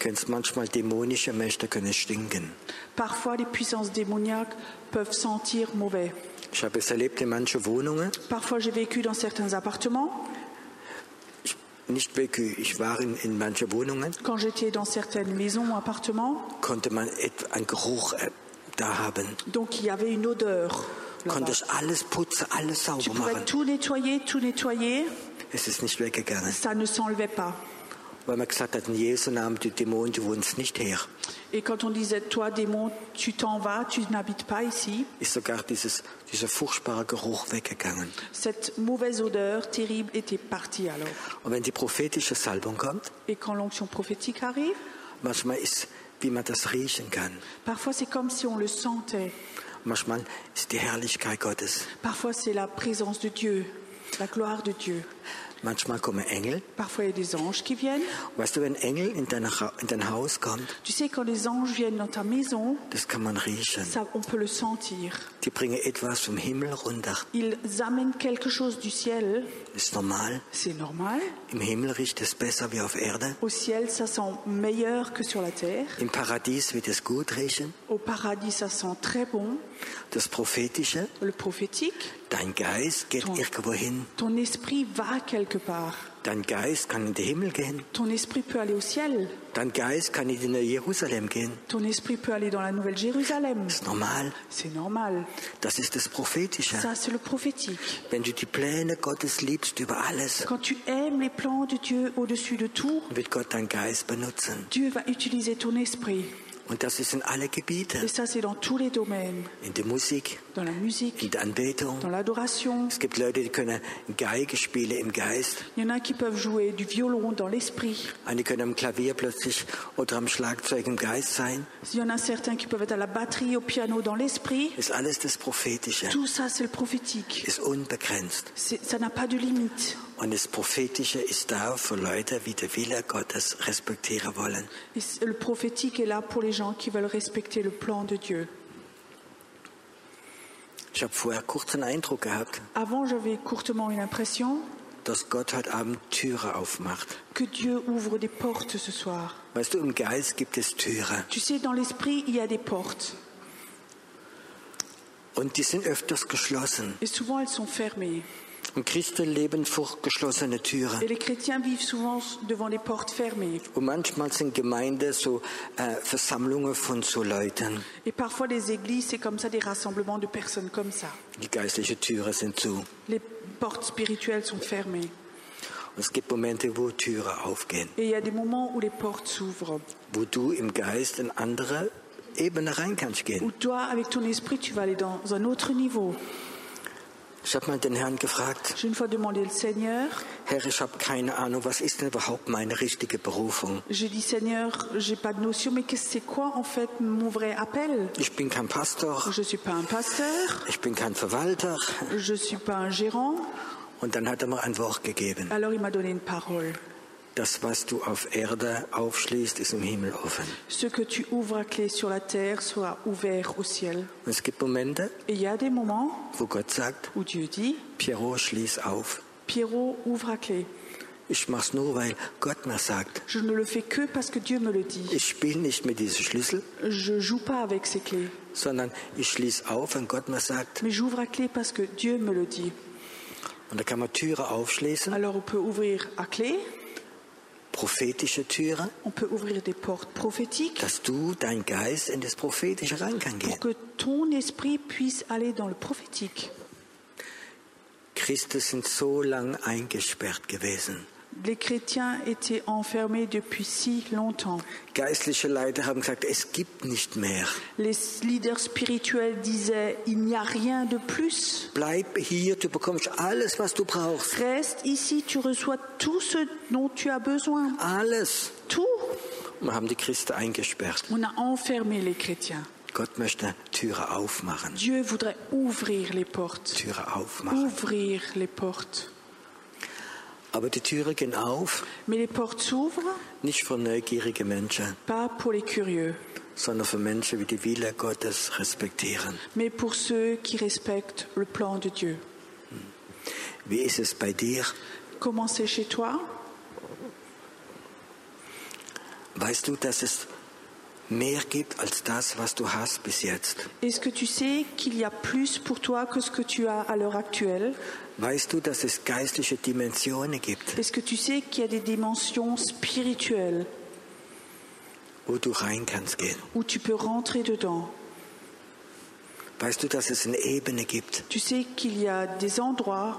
Speaker 1: können es manchmal dämonische Mächte können stinken.
Speaker 2: parfois les puissances démoniaques peuvent sentir mauvais.
Speaker 1: Ich habe es erlebt in manchen Wohnungen,
Speaker 2: Parfois j'ai vécu dans certains appartements,
Speaker 1: ich, nicht wirklich, ich war in, in manchen Wohnungen,
Speaker 2: quand j'étais dans certaines maisons ou appartements,
Speaker 1: konnte man et- einen Geruch äh, da haben.
Speaker 2: donc il y avait une odeur. là-bas.
Speaker 1: Konnte ich alles putzen, alles
Speaker 2: Tu
Speaker 1: sauber
Speaker 2: pouvais
Speaker 1: machen.
Speaker 2: tout nettoyer, tout nettoyer,
Speaker 1: Es ist nicht weggegangen,
Speaker 2: ça ne s'enlevait pas.
Speaker 1: weil man gesagt hat, in Jesu Namen, die Dämonen, die wollen es nicht her.
Speaker 2: Et quand on disait, toi démon, tu t'en vas, tu n'habites pas ici,
Speaker 1: Ist sogar dieses, dieser furchtbare Geruch weggegangen.
Speaker 2: cette mauvaise odeur terrible était partie alors.
Speaker 1: Und wenn die prophetische Salbung kommt,
Speaker 2: Et quand l'onction prophétique arrive,
Speaker 1: Manchmal ist, wie man das riechen kann.
Speaker 2: parfois c'est comme si on le sentait.
Speaker 1: Manchmal ist die Herrlichkeit Gottes.
Speaker 2: Parfois c'est la présence de Dieu, la gloire de Dieu.
Speaker 1: Manchmal kommen Engel.
Speaker 2: Parfois il y a des anges qui viennent.
Speaker 1: Weißt du, wenn Engel in dein, Ra- in dein Haus kommt,
Speaker 2: Tu sais, quand les anges viennent dans ta maison,
Speaker 1: das kann man riechen.
Speaker 2: ça, on peut le sentir.
Speaker 1: Die bringen etwas vom Himmel runter.
Speaker 2: Ils amènent quelque chose du ciel,
Speaker 1: Ist normal.
Speaker 2: c'est normal.
Speaker 1: Im Himmel riecht es besser wie auf Erde.
Speaker 2: Au ciel, ça sent meilleur que sur la terre.
Speaker 1: Im Paradies wird es gut riechen.
Speaker 2: Au paradis, ça sent très bon.
Speaker 1: Das Prophetische,
Speaker 2: Le prophétique,
Speaker 1: dein Geist geht
Speaker 2: Ton-
Speaker 1: irgendwo hin.
Speaker 2: ton esprit va quelque part.
Speaker 1: Dein Geist kann in den Himmel gehen.
Speaker 2: Ton esprit peut aller au ciel.
Speaker 1: Dein Geist kann in die neue Jerusalem gehen.
Speaker 2: Ton esprit peut aller dans la Nouvelle Jérusalem.
Speaker 1: Ist normal.
Speaker 2: C'est normal.
Speaker 1: Das ist das Prophetische.
Speaker 2: Ça, c'est le prophétique.
Speaker 1: Wenn du die Pläne Gottes liebst über alles,
Speaker 2: Quand tu aimes les plans de Dieu au-dessus de tout,
Speaker 1: wird Gott deinen Geist benutzen.
Speaker 2: Dieu va utiliser ton esprit.
Speaker 1: Und das ist in alle
Speaker 2: Et
Speaker 1: Gebiete.
Speaker 2: ça, c'est dans tous les domaines.
Speaker 1: In der Musik,
Speaker 2: Dans la
Speaker 1: in
Speaker 2: musique,
Speaker 1: der
Speaker 2: dans
Speaker 1: Anbetung.
Speaker 2: l'adoration.
Speaker 1: Es gibt Leute, die können Geige spielen im Geist.
Speaker 2: Il y en a qui peuvent jouer du violon dans l'esprit.
Speaker 1: Einige können am Klavier plötzlich oder am Schlagzeug im Geist sein.
Speaker 2: Il y en a certains qui peuvent être à la batterie, au piano dans l'esprit.
Speaker 1: Ist alles das Prophetische.
Speaker 2: Tout ça, c'est le prophétique.
Speaker 1: Ist unbegrenzt.
Speaker 2: C'est- Ça n'a pas de limite.
Speaker 1: Und das Prophetische ist da für Leute, die den Wille Gottes respektieren wollen.
Speaker 2: Et c- le prophétique est là pour les gens qui veulent respecter le plan de Dieu.
Speaker 1: Ich habe vorher kurz einen Eindruck gehabt,
Speaker 2: Avant, j'avais courtement une impression
Speaker 1: dass Gott heute Abend Türe aufmacht.
Speaker 2: que Dieu ouvre des portes ce soir.
Speaker 1: Weißt du, im Geist gibt es Türe.
Speaker 2: Tu sais, dans l'esprit, il y a des portes.
Speaker 1: Und die sind öfters geschlossen.
Speaker 2: Et souvent, elles sont fermées.
Speaker 1: Und Christen leben vor geschlossene Türen.
Speaker 2: Et les chrétiens vivent souvent s- devant les portes fermées.
Speaker 1: Und manchmal sind Gemeinden so äh, Versammlungen von so Leuten.
Speaker 2: Et parfois, les églises, c'est comme ça, des rassemblements de personnes comme ça.
Speaker 1: Die geistlichen Türen sind zu. Und
Speaker 2: Les portes spirituelles sont fermées.
Speaker 1: es gibt Momente, wo Türen aufgehen,
Speaker 2: Et il y a des moments où les portes s'ouvrent.
Speaker 1: wo du im Geist in andere Ebene rein kannst
Speaker 2: Où
Speaker 1: gehen.
Speaker 2: toi, avec ton esprit, tu vas aller dans un autre niveau.
Speaker 1: Ich habe mal den Herrn gefragt,
Speaker 2: J'ai une fois demandé le Seigneur.
Speaker 1: Herr, ich habe keine Ahnung, was ist denn überhaupt meine richtige Berufung?
Speaker 2: J'ai dit, Seigneur, j'ai pas de notion, mais qu'est-ce que c'est quoi, en fait, mon vrai appel
Speaker 1: Ich bin kein Pastor,
Speaker 2: Je suis pas un pasteur,
Speaker 1: ich bin kein Verwalter.
Speaker 2: je suis pas un gérant.
Speaker 1: Und dann hat er mir ein Wort gegeben.
Speaker 2: Alors il m'a donné une parole.
Speaker 1: Das, was du auf Erde aufschließt, ist im Himmel offen.
Speaker 2: Ce que tu ouvres à clé sur la terre sera ouvert au ciel.
Speaker 1: Und es gibt Momente,
Speaker 2: Et il y a des moments
Speaker 1: wo Gott sagt,
Speaker 2: où Dieu dit,
Speaker 1: Pierrot, schließ auf.
Speaker 2: Pierrot, ouvre à clé.
Speaker 1: Ich mach's nur, weil Gott mir sagt.
Speaker 2: Je ne le fais que parce que Dieu me le dit.
Speaker 1: Ich spiele nicht mit diesem Schlüssel,
Speaker 2: Je joue pas avec ces clés,
Speaker 1: sondern ich schließe auf, wenn Gott mir sagt.
Speaker 2: mais j'ouvre à clé parce que Dieu me le dit.
Speaker 1: Und da kann man Türe aufschließen,
Speaker 2: Alors on peut ouvrir à clé,
Speaker 1: prophetische Türe,
Speaker 2: on peut ouvrir des portes prophétiques
Speaker 1: dass du, dein Geist, in das Prophetische rein kann
Speaker 2: pour
Speaker 1: gehen.
Speaker 2: que ton esprit puisse aller dans le prophétique.
Speaker 1: Christen sind so lang eingesperrt gewesen.
Speaker 2: les chrétiens étaient enfermés depuis si longtemps.
Speaker 1: Geistliche Leiter haben gesagt, es gibt nicht mehr.
Speaker 2: Les leaders spirituels disaient, il n'y a rien de plus.
Speaker 1: Bleib hier, du bekommst alles, was du brauchst.
Speaker 2: Reste ici, tu reçois tout ce dont tu as besoin.
Speaker 1: Alles.
Speaker 2: Tout.
Speaker 1: Wir haben die Christen eingesperrt.
Speaker 2: On a enfermé les chrétiens.
Speaker 1: Gott möchte Türe aufmachen.
Speaker 2: Dieu voudrait ouvrir les portes.
Speaker 1: Türe aufmachen.
Speaker 2: Ouvrir les portes.
Speaker 1: Aber die Türe gehen auf,
Speaker 2: Mais les portes s'ouvrent
Speaker 1: nicht für neugierige Menschen,
Speaker 2: pas pour les curieux,
Speaker 1: sondern für Menschen, die die Wille Gottes respektieren.
Speaker 2: mais pour ceux qui respectent le plan de Dieu.
Speaker 1: Wie ist es bei dir?
Speaker 2: Comment c'est chez toi
Speaker 1: Weißt du, dass es mehr gibt als das, was du hast bis jetzt?
Speaker 2: Est-ce que tu sais qu'il y a plus pour toi que ce que tu as à l'heure actuelle
Speaker 1: Weißt du, dass es geistliche Dimensionen gibt,
Speaker 2: Est-ce que tu sais qu'il y a des dimensions spirituelles
Speaker 1: wo du rein kannst gehen?
Speaker 2: où tu peux rentrer dedans
Speaker 1: Weißt du, dass es eine Ebene gibt?
Speaker 2: Tu sais qu'il y a des endroits,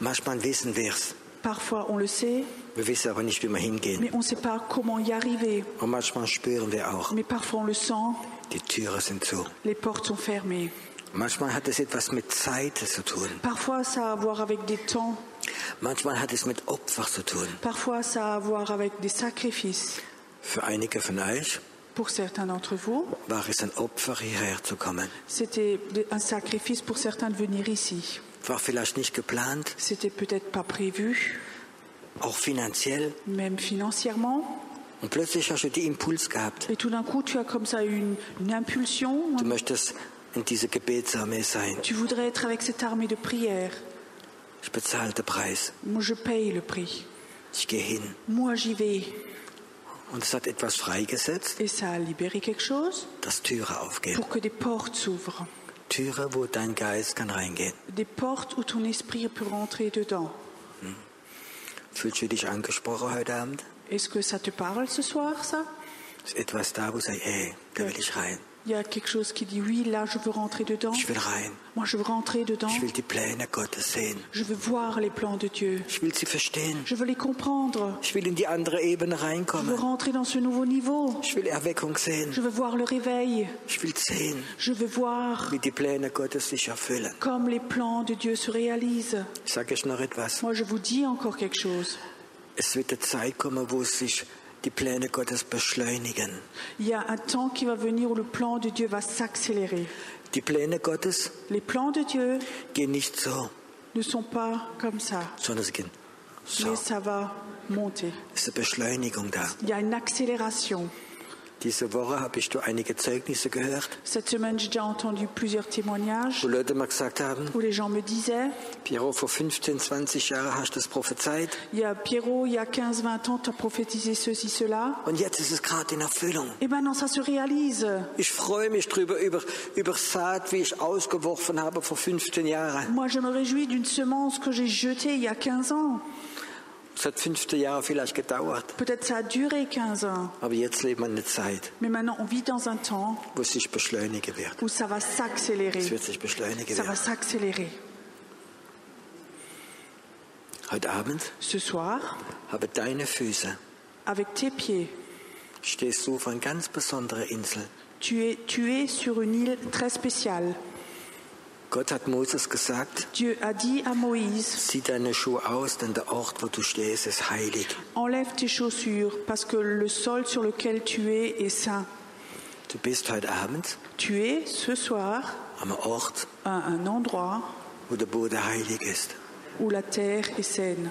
Speaker 1: Manchmal wissen wir es.
Speaker 2: parfois on le sait,
Speaker 1: Wir wissen aber nicht, wie wir hingehen.
Speaker 2: mais on ne sait pas comment y arriver.
Speaker 1: Und manchmal spüren wir auch,
Speaker 2: Mais parfois on le sent,
Speaker 1: die Türen sind zu.
Speaker 2: les portes sont fermées.
Speaker 1: Manchmal hat es etwas mit Zeit zu tun.
Speaker 2: Parfois ça a à voir avec des temps,
Speaker 1: Manchmal hat es mit Opfer zu tun.
Speaker 2: parfois ça a à voir avec des sacrifices.
Speaker 1: Für einige von euch
Speaker 2: Pour certains d'entre vous,
Speaker 1: war es ein Opfer, hierher zu kommen.
Speaker 2: c'était un sacrifice pour certains de venir ici.
Speaker 1: War vielleicht nicht geplant,
Speaker 2: C'était peut-être pas prévu,
Speaker 1: auch finanziell.
Speaker 2: même financièrement.
Speaker 1: Und plötzlich hast du die Impuls gehabt.
Speaker 2: Et tout d'un coup, tu as comme ça une, une impulsion.
Speaker 1: Du möchtest in dieser Gebetsarmee sein.
Speaker 2: Tu voudrais être avec cette armée de prière.
Speaker 1: Ich bezahle den Preis.
Speaker 2: Moi, je paye le prix.
Speaker 1: Ich gehe hin.
Speaker 2: Moi, j'y vais.
Speaker 1: Und es hat etwas freigesetzt,
Speaker 2: Et ça a libéré quelque chose
Speaker 1: dass Türe aufgehen.
Speaker 2: pour que des portes s'ouvrent.
Speaker 1: Türe, wo dein Geist kann reingehen.
Speaker 2: Des portes où ton esprit peut rentrer dedans.
Speaker 1: Fühlst du dich angesprochen heute Abend?
Speaker 2: Est-ce que ça te parle ce soir, ça
Speaker 1: Ist etwas da, wo du sagst, hey, da will ich rein.
Speaker 2: Il y a quelque chose qui dit oui, là, je veux rentrer dedans.
Speaker 1: Ich will rein.
Speaker 2: Moi, je veux rentrer dedans.
Speaker 1: Ich will die Pläne Gottes sehen.
Speaker 2: Je veux voir les plans de Dieu.
Speaker 1: Ich will sie verstehen.
Speaker 2: Je veux les comprendre.
Speaker 1: Ich will in die andere Ebene
Speaker 2: Je veux
Speaker 1: reinkommen.
Speaker 2: rentrer dans ce nouveau niveau.
Speaker 1: Ich will Erweckung sehen.
Speaker 2: Je veux voir le réveil.
Speaker 1: Ich will sehen,
Speaker 2: Je veux voir
Speaker 1: wie die Pläne Gottes sich erfüllen.
Speaker 2: comme les plans de Dieu se réalisent.
Speaker 1: Ich sage euch noch etwas.
Speaker 2: Moi, je vous dis encore quelque chose.
Speaker 1: Es wird eine Zeit kommen, wo sich die Pläne Gottes beschleunigen.
Speaker 2: Il y a un temps qui va venir où le plan de Dieu va s'accélérer.
Speaker 1: Die Pläne Gottes
Speaker 2: Les plans de Dieu
Speaker 1: gehen nicht so,
Speaker 2: ne sont pas comme ça,
Speaker 1: sondern sie gehen so.
Speaker 2: mais ça va monter.
Speaker 1: Es ist eine Beschleunigung da.
Speaker 2: Il y a une accélération.
Speaker 1: Diese Woche habe ich da einige Zeugnisse gehört,
Speaker 2: Cette semaine, j'ai déjà entendu plusieurs témoignages
Speaker 1: wo Leute mal gesagt haben,
Speaker 2: où les gens me disaient
Speaker 1: Piero, vor 15, 20 Jahren hast du das prophezeit
Speaker 2: Il y a Pierrot, il y a 15-20 ans, tu as prophétisé ceci, cela.
Speaker 1: und jetzt ist es gerade in Erfüllung.
Speaker 2: Et maintenant, ça se réalise.
Speaker 1: Ich freue mich drüber, über, über Saat, wie ich ausgeworfen habe vor 15 Jahren.
Speaker 2: Moi, je me réjouis d'une semence que j'ai jetée il y a 15 ans.
Speaker 1: Es hat 15 Jahre vielleicht gedauert,
Speaker 2: Peut-être ça a duré 15 ans,
Speaker 1: aber jetzt leben wir eine Zeit,
Speaker 2: mais maintenant on vit dans un temps
Speaker 1: wo es sich beschleunigen wird.
Speaker 2: où ça va
Speaker 1: Es
Speaker 2: s'accélérer.
Speaker 1: wird sich beschleunigen
Speaker 2: Ça va
Speaker 1: werden.
Speaker 2: s'accélérer.
Speaker 1: Heute Abend
Speaker 2: Ce soir,
Speaker 1: habe deine Füße,
Speaker 2: avec tes pieds,
Speaker 1: stehst du auf einer ganz besonderen Insel.
Speaker 2: tu es, tu es sur une île très spéciale.
Speaker 1: Gott hat Moses gesagt,
Speaker 2: Dieu a dit à Moïse,
Speaker 1: zieh deine Schuhe aus, denn der Ort, wo du stehst, ist heilig.
Speaker 2: enlève tes chaussures parce que le sol sur lequel tu es est saint.
Speaker 1: Du bist heute Abend
Speaker 2: Tu es ce soir
Speaker 1: am Ort,
Speaker 2: à un endroit
Speaker 1: wo der Boden heilig ist.
Speaker 2: où la terre est saine.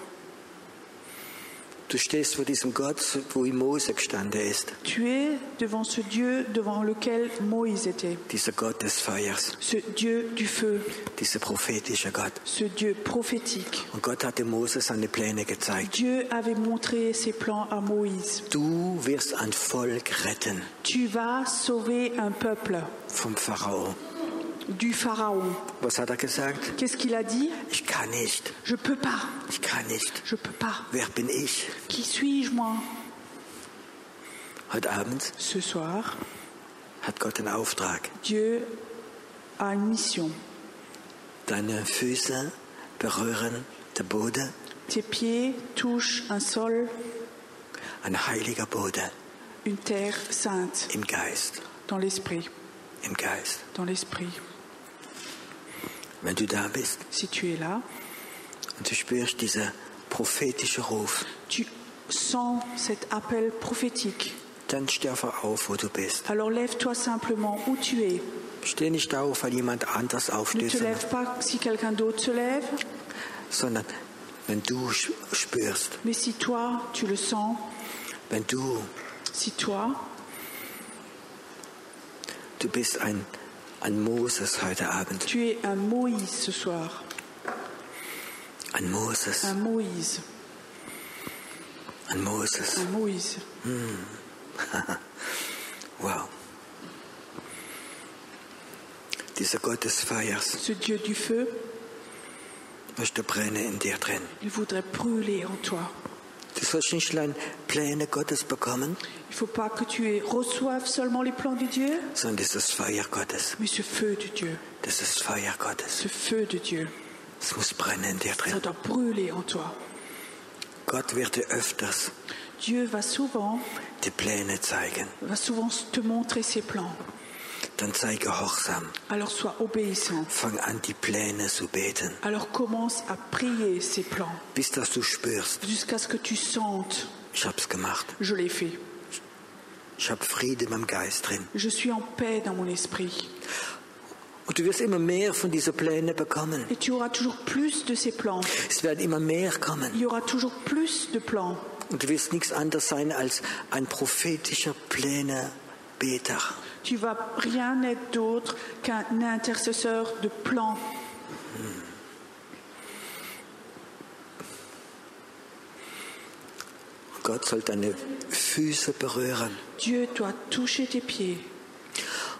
Speaker 1: Du stehst vor diesem Gott, wo ihm Mose gestanden ist,
Speaker 2: Tu es devant ce Dieu devant lequel Moïse était,
Speaker 1: dieser Gott des Feuers,
Speaker 2: ce Dieu du feu,
Speaker 1: dieser prophetische Gott.
Speaker 2: ce Dieu prophétique.
Speaker 1: Und Gott hatte Mose seine Pläne gezeigt.
Speaker 2: Dieu avait montré ses plans à Moïse.
Speaker 1: Du wirst ein Volk retten
Speaker 2: Tu vas sauver un peuple
Speaker 1: vom Pharao.
Speaker 2: du Pharaon.
Speaker 1: Was hat er gesagt?
Speaker 2: Qu'est-ce qu'il a dit
Speaker 1: Ich kann nicht,
Speaker 2: Je peux pas,
Speaker 1: ich kann nicht.
Speaker 2: je peux pas.
Speaker 1: Wer bin ich?
Speaker 2: Qui suis-je moi
Speaker 1: Heute Abend
Speaker 2: Ce soir,
Speaker 1: hat Gott den Auftrag,
Speaker 2: Dieu a une mission.
Speaker 1: deine Füße berühren den Boden
Speaker 2: Tes pieds touchent un sol,
Speaker 1: Ein heiliger Boden
Speaker 2: une terre sainte
Speaker 1: im Geist.
Speaker 2: dans l'esprit.
Speaker 1: Im Geist.
Speaker 2: Dans l'esprit.
Speaker 1: Wenn du da bist
Speaker 2: Si tu es là,
Speaker 1: und du spürst dieser prophetische Ruf,
Speaker 2: tu sens cet appel prophétique.
Speaker 1: dann steh einfach auf, wo du bist.
Speaker 2: Alors lève-toi simplement où tu es.
Speaker 1: Steh nicht auf, weil jemand anders
Speaker 2: Ne
Speaker 1: aufsteht,
Speaker 2: te
Speaker 1: sondern,
Speaker 2: lève pas si quelqu'un d'autre se lève,
Speaker 1: sondern wenn du sch- spürst,
Speaker 2: mais si toi, tu le sens,
Speaker 1: wenn du,
Speaker 2: si toi,
Speaker 1: du bist ein, ein Moses heute Abend,
Speaker 2: tu es un Moïse ce soir.
Speaker 1: ein Moses,
Speaker 2: Un Moïse.
Speaker 1: ein Moses.
Speaker 2: Un Moïse.
Speaker 1: Wow. Dieser Gott des Feuers
Speaker 2: Ce Dieu du feu,
Speaker 1: möchte brennen in dir drin.
Speaker 2: il voudrait brûler en toi.
Speaker 1: Du sollst nicht allein Pläne Gottes bekommen,
Speaker 2: Il ne faut pas que tu aies- reçoives seulement les plans de Dieu,
Speaker 1: sondern dieses Feuer Gottes.
Speaker 2: mais ce feu de Dieu,
Speaker 1: Das ist Feuer Gottes.
Speaker 2: ce feu de Dieu,
Speaker 1: Es muss brennen in dir
Speaker 2: ça
Speaker 1: drin.
Speaker 2: doit brûler en toi.
Speaker 1: Gott wird dir öfters
Speaker 2: Dieu va souvent,
Speaker 1: die Pläne zeigen.
Speaker 2: va souvent te montrer ses plans.
Speaker 1: Dann sei gehorsam.
Speaker 2: Alors sois obéissant.
Speaker 1: Fang an, die Pläne zu beten,
Speaker 2: Alors commence à prier ses plans
Speaker 1: bis dass du spürst,
Speaker 2: jusqu'à ce que tu sentes
Speaker 1: ich hab's gemacht.
Speaker 2: je l'ai fait.
Speaker 1: Ich hab Friede in meinem Geist drin.
Speaker 2: Je suis en paix dans mon esprit.
Speaker 1: Und du wirst immer mehr von diesen Plänen bekommen.
Speaker 2: Et tu auras toujours plus de ces plans.
Speaker 1: Es werden immer mehr kommen.
Speaker 2: Il y aura toujours plus de plans.
Speaker 1: Und du wirst nichts anderes sein als ein prophetischer Plänebeter.
Speaker 2: Tu vas rien être d'autre qu'un intercesseur de plans.
Speaker 1: Gott soll deine Füße berühren.
Speaker 2: Dieu doit toucher tes pieds.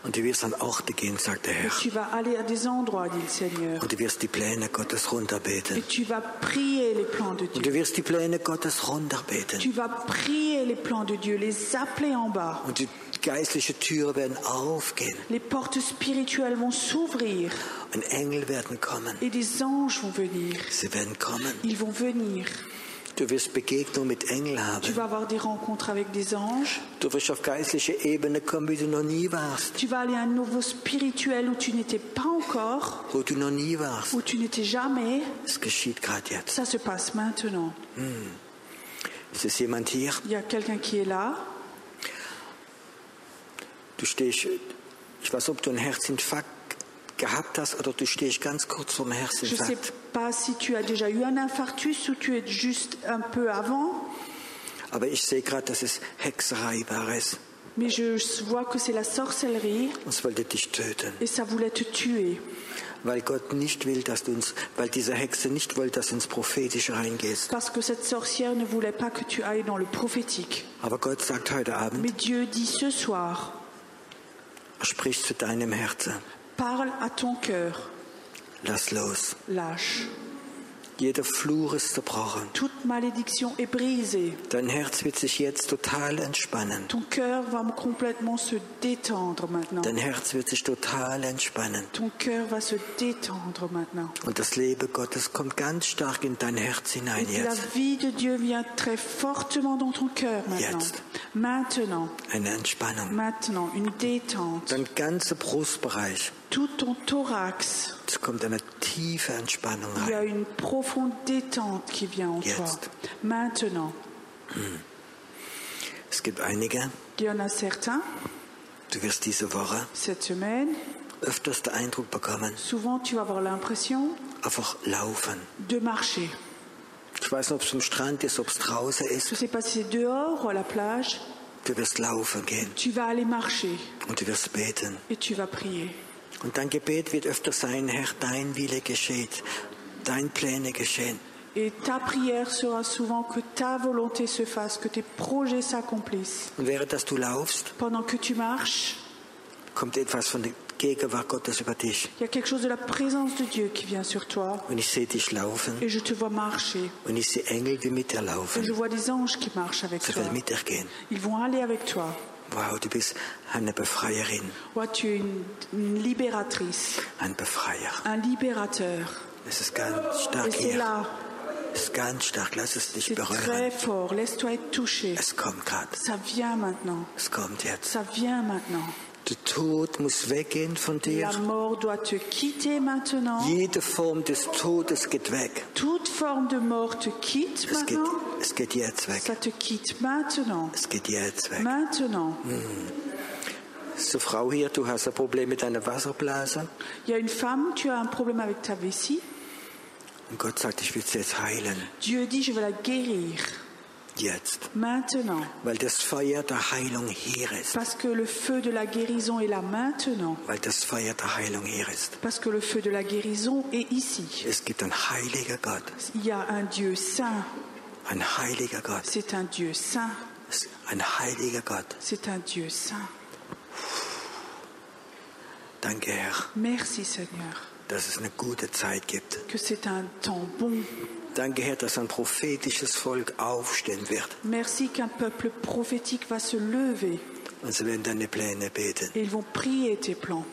Speaker 1: Und du wirst an Orte gehen, sagt der
Speaker 2: Et
Speaker 1: Herr.
Speaker 2: tu vas aller à des endroits, dit le Seigneur.
Speaker 1: Und du wirst die Pläne Gottes
Speaker 2: Et
Speaker 1: runterbeten.
Speaker 2: tu vas prier les plans de Dieu.
Speaker 1: Und du wirst die Pläne Gottes runterbeten.
Speaker 2: Tu vas prier les plans de Dieu, les appeler en bas.
Speaker 1: Und die geistlichen Türen werden aufgehen.
Speaker 2: Les portes spirituelles vont s'ouvrir
Speaker 1: Und Engel werden kommen.
Speaker 2: et des anges vont venir.
Speaker 1: Sie werden kommen.
Speaker 2: Ils vont venir.
Speaker 1: Du wirst Begegnung mit Engeln
Speaker 2: Tu
Speaker 1: haben.
Speaker 2: vas avoir des rencontres avec des anges.
Speaker 1: Du wirst auf geistliche Ebene kommen, wie du noch nie warst.
Speaker 2: Tu vas aller à un niveau spirituel où tu n'étais pas encore,
Speaker 1: Wo du noch nie warst.
Speaker 2: où tu n'étais jamais.
Speaker 1: Es geschieht gerade jetzt.
Speaker 2: Ça se passe maintenant.
Speaker 1: Es ist jemand hier.
Speaker 2: Il y a quelqu'un qui est là.
Speaker 1: Du stehst, ich weiß, ob du einen Herzinfarkt gehabt hast oder du stehst ganz kurz vorm
Speaker 2: Je ne sais
Speaker 1: Herzinfarkt.
Speaker 2: pas si tu as déjà eu un infarctus ou tu es juste un peu avant,
Speaker 1: Aber ich sehe gerade, dass es Hexerei war. es.
Speaker 2: mais je vois que c'est la sorcellerie
Speaker 1: Und es wollte dich töten,
Speaker 2: et ça voulait te tuer.
Speaker 1: weil Gott nicht will, dass du uns, weil diese Hexe nicht wollte, dass du ins Prophetische reingehst.
Speaker 2: Parce que cette sorcière ne voulait pas que tu ailles dans le prophétique.
Speaker 1: Aber Gott sagt heute Abend,
Speaker 2: Mais Dieu dit ce soir,
Speaker 1: sprich zu deinem Herzen,
Speaker 2: parle à ton cœur,
Speaker 1: lass los.
Speaker 2: lâche.
Speaker 1: Jeder Fluch ist zerbrochen.
Speaker 2: Toute malédiction est brisée.
Speaker 1: Dein Herz wird sich jetzt total entspannen.
Speaker 2: Ton cœur va complètement se détendre maintenant.
Speaker 1: Dein Herz wird sich total entspannen.
Speaker 2: Ton cœur va se détendre maintenant.
Speaker 1: Und das Leben Gottes kommt ganz stark in dein Herz hinein
Speaker 2: La
Speaker 1: jetzt.
Speaker 2: vie de Dieu vient très fortement dans ton cœur maintenant.
Speaker 1: Jetzt.
Speaker 2: Maintenant,
Speaker 1: Eine Entspannung.
Speaker 2: maintenant, une détente.
Speaker 1: Dein ganzer Brustbereich.
Speaker 2: Tout ton thorax,
Speaker 1: Es kommt eine tiefe Entspannung
Speaker 2: il y a
Speaker 1: rein.
Speaker 2: une profonde détente qui vient en toi.
Speaker 1: Jetzt.
Speaker 2: Maintenant,
Speaker 1: Es gibt einige,
Speaker 2: il y en a certains,
Speaker 1: du wirst diese Woche
Speaker 2: cette semaine,
Speaker 1: öfters den Eindruck bekommen,
Speaker 2: souvent tu vas avoir l'impression
Speaker 1: einfach laufen.
Speaker 2: de marcher.
Speaker 1: Ich weiß nicht, ob es am Strand ist, ob es draußen
Speaker 2: Je
Speaker 1: ist.
Speaker 2: ne sais pas si c'est dehors ou à la plage,
Speaker 1: Du wirst laufen gehen
Speaker 2: tu vas aller marcher
Speaker 1: und du wirst beten.
Speaker 2: et tu vas prier.
Speaker 1: Und dein Gebet wird öfter sein, Herr, dein Wille geschieht, dein Pläne geschehen.
Speaker 2: Et ta prière sera souvent que ta volonté se fasse, que tes projets s'accomplissent.
Speaker 1: Und während dass du laufst,
Speaker 2: Pendant que tu marches,
Speaker 1: kommt etwas von der Gegenwart Gottes über dich.
Speaker 2: il y a quelque chose de la présence de Dieu qui vient sur toi.
Speaker 1: Und ich sehe dich laufen
Speaker 2: Et je te vois marcher.
Speaker 1: und ich sehe Engel, die mit dir
Speaker 2: Et je
Speaker 1: laufen.
Speaker 2: vois des anges qui marchent avec
Speaker 1: Sie
Speaker 2: toi.
Speaker 1: werden mit dir gehen.
Speaker 2: Ils vont aller avec toi.
Speaker 1: Wow, du bist eine Befreierin,
Speaker 2: Ouais, tu es une, une libératrice,
Speaker 1: ein Befreier.
Speaker 2: un libérateur.
Speaker 1: Es ist ganz
Speaker 2: Et
Speaker 1: stark
Speaker 2: c'est
Speaker 1: hier.
Speaker 2: là,
Speaker 1: Ist ganz stark, lass es dich
Speaker 2: C'est très
Speaker 1: berühren.
Speaker 2: fort. Laisse-toi être touché.
Speaker 1: Es kommt gerade.
Speaker 2: Ça vient maintenant.
Speaker 1: Es kommt jetzt.
Speaker 2: Ça vient maintenant.
Speaker 1: Der Tod muss weggehen von
Speaker 2: La
Speaker 1: dir.
Speaker 2: mort doit te quitter maintenant.
Speaker 1: Jede Form des Todes geht weg.
Speaker 2: Toute forme de mort te quitte
Speaker 1: Es geht,
Speaker 2: maintenant.
Speaker 1: es geht jetzt weg.
Speaker 2: Ça te quitte maintenant.
Speaker 1: Es geht jetzt weg.
Speaker 2: Maintenant.
Speaker 1: So Frau hier, du hast ein Problem mit deiner Wasserblase.
Speaker 2: Il y a une femme, tu as un problème avec ta vessie.
Speaker 1: Und Gott sagt, ich will sie jetzt heilen.
Speaker 2: Dieu dit, je vais la guérir.
Speaker 1: Jetzt.
Speaker 2: Maintenant.
Speaker 1: Weil das Feuer der Heilung hier ist.
Speaker 2: Parce que le feu de la guérison est là maintenant.
Speaker 1: Weil das Feuer der Heilung hier ist.
Speaker 2: Parce que le feu de la guérison est ici.
Speaker 1: Es gibt einen heiligen Gott.
Speaker 2: Il y a un Dieu saint.
Speaker 1: Ein heiliger Gott.
Speaker 2: C'est un Dieu saint.
Speaker 1: Ein heiliger Gott.
Speaker 2: C'est un Dieu saint.
Speaker 1: Danke, Herr,
Speaker 2: Merci Seigneur
Speaker 1: dass es eine gute Zeit gibt.
Speaker 2: que c'est un temps bon.
Speaker 1: Danke, Herr, dass ein prophetisches Volk aufstehen wird.
Speaker 2: Merci qu'un peuple prophétique va se lever
Speaker 1: Und sie werden deine Pläne beten.
Speaker 2: et ils vont prier tes plans.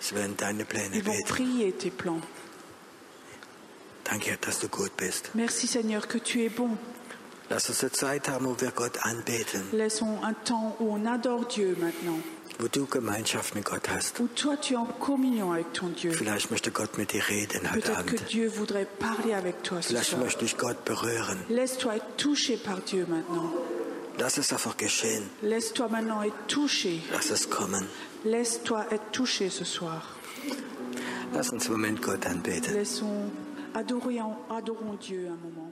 Speaker 1: Sie werden deine Pläne
Speaker 2: Ils vont
Speaker 1: beten.
Speaker 2: prier tes plans.
Speaker 1: Danke, Herr, dass du gut bist.
Speaker 2: Merci Seigneur que tu es bon.
Speaker 1: Lass uns eine Zeit haben, wo wir Gott anbeten,
Speaker 2: Laissons un temps où on adore Dieu maintenant,
Speaker 1: wo du Gemeinschaft mit Gott hast.
Speaker 2: où toi tu es en communion avec ton Dieu.
Speaker 1: Vielleicht möchte Gott mit dir reden heute
Speaker 2: Peut-être que
Speaker 1: Abend.
Speaker 2: Dieu voudrait parler avec toi ce
Speaker 1: Vielleicht
Speaker 2: soir.
Speaker 1: möchte ich Gott berühren.
Speaker 2: Laisse-toi être touché par Dieu maintenant.
Speaker 1: Lass es einfach geschehen.
Speaker 2: Laisse-toi maintenant être touché.
Speaker 1: Lass es kommen.
Speaker 2: Laisse-toi être touché ce soir.
Speaker 1: Lass uns im Moment Gott anbeten.
Speaker 2: Laissons adorer, adorons Dieu un moment.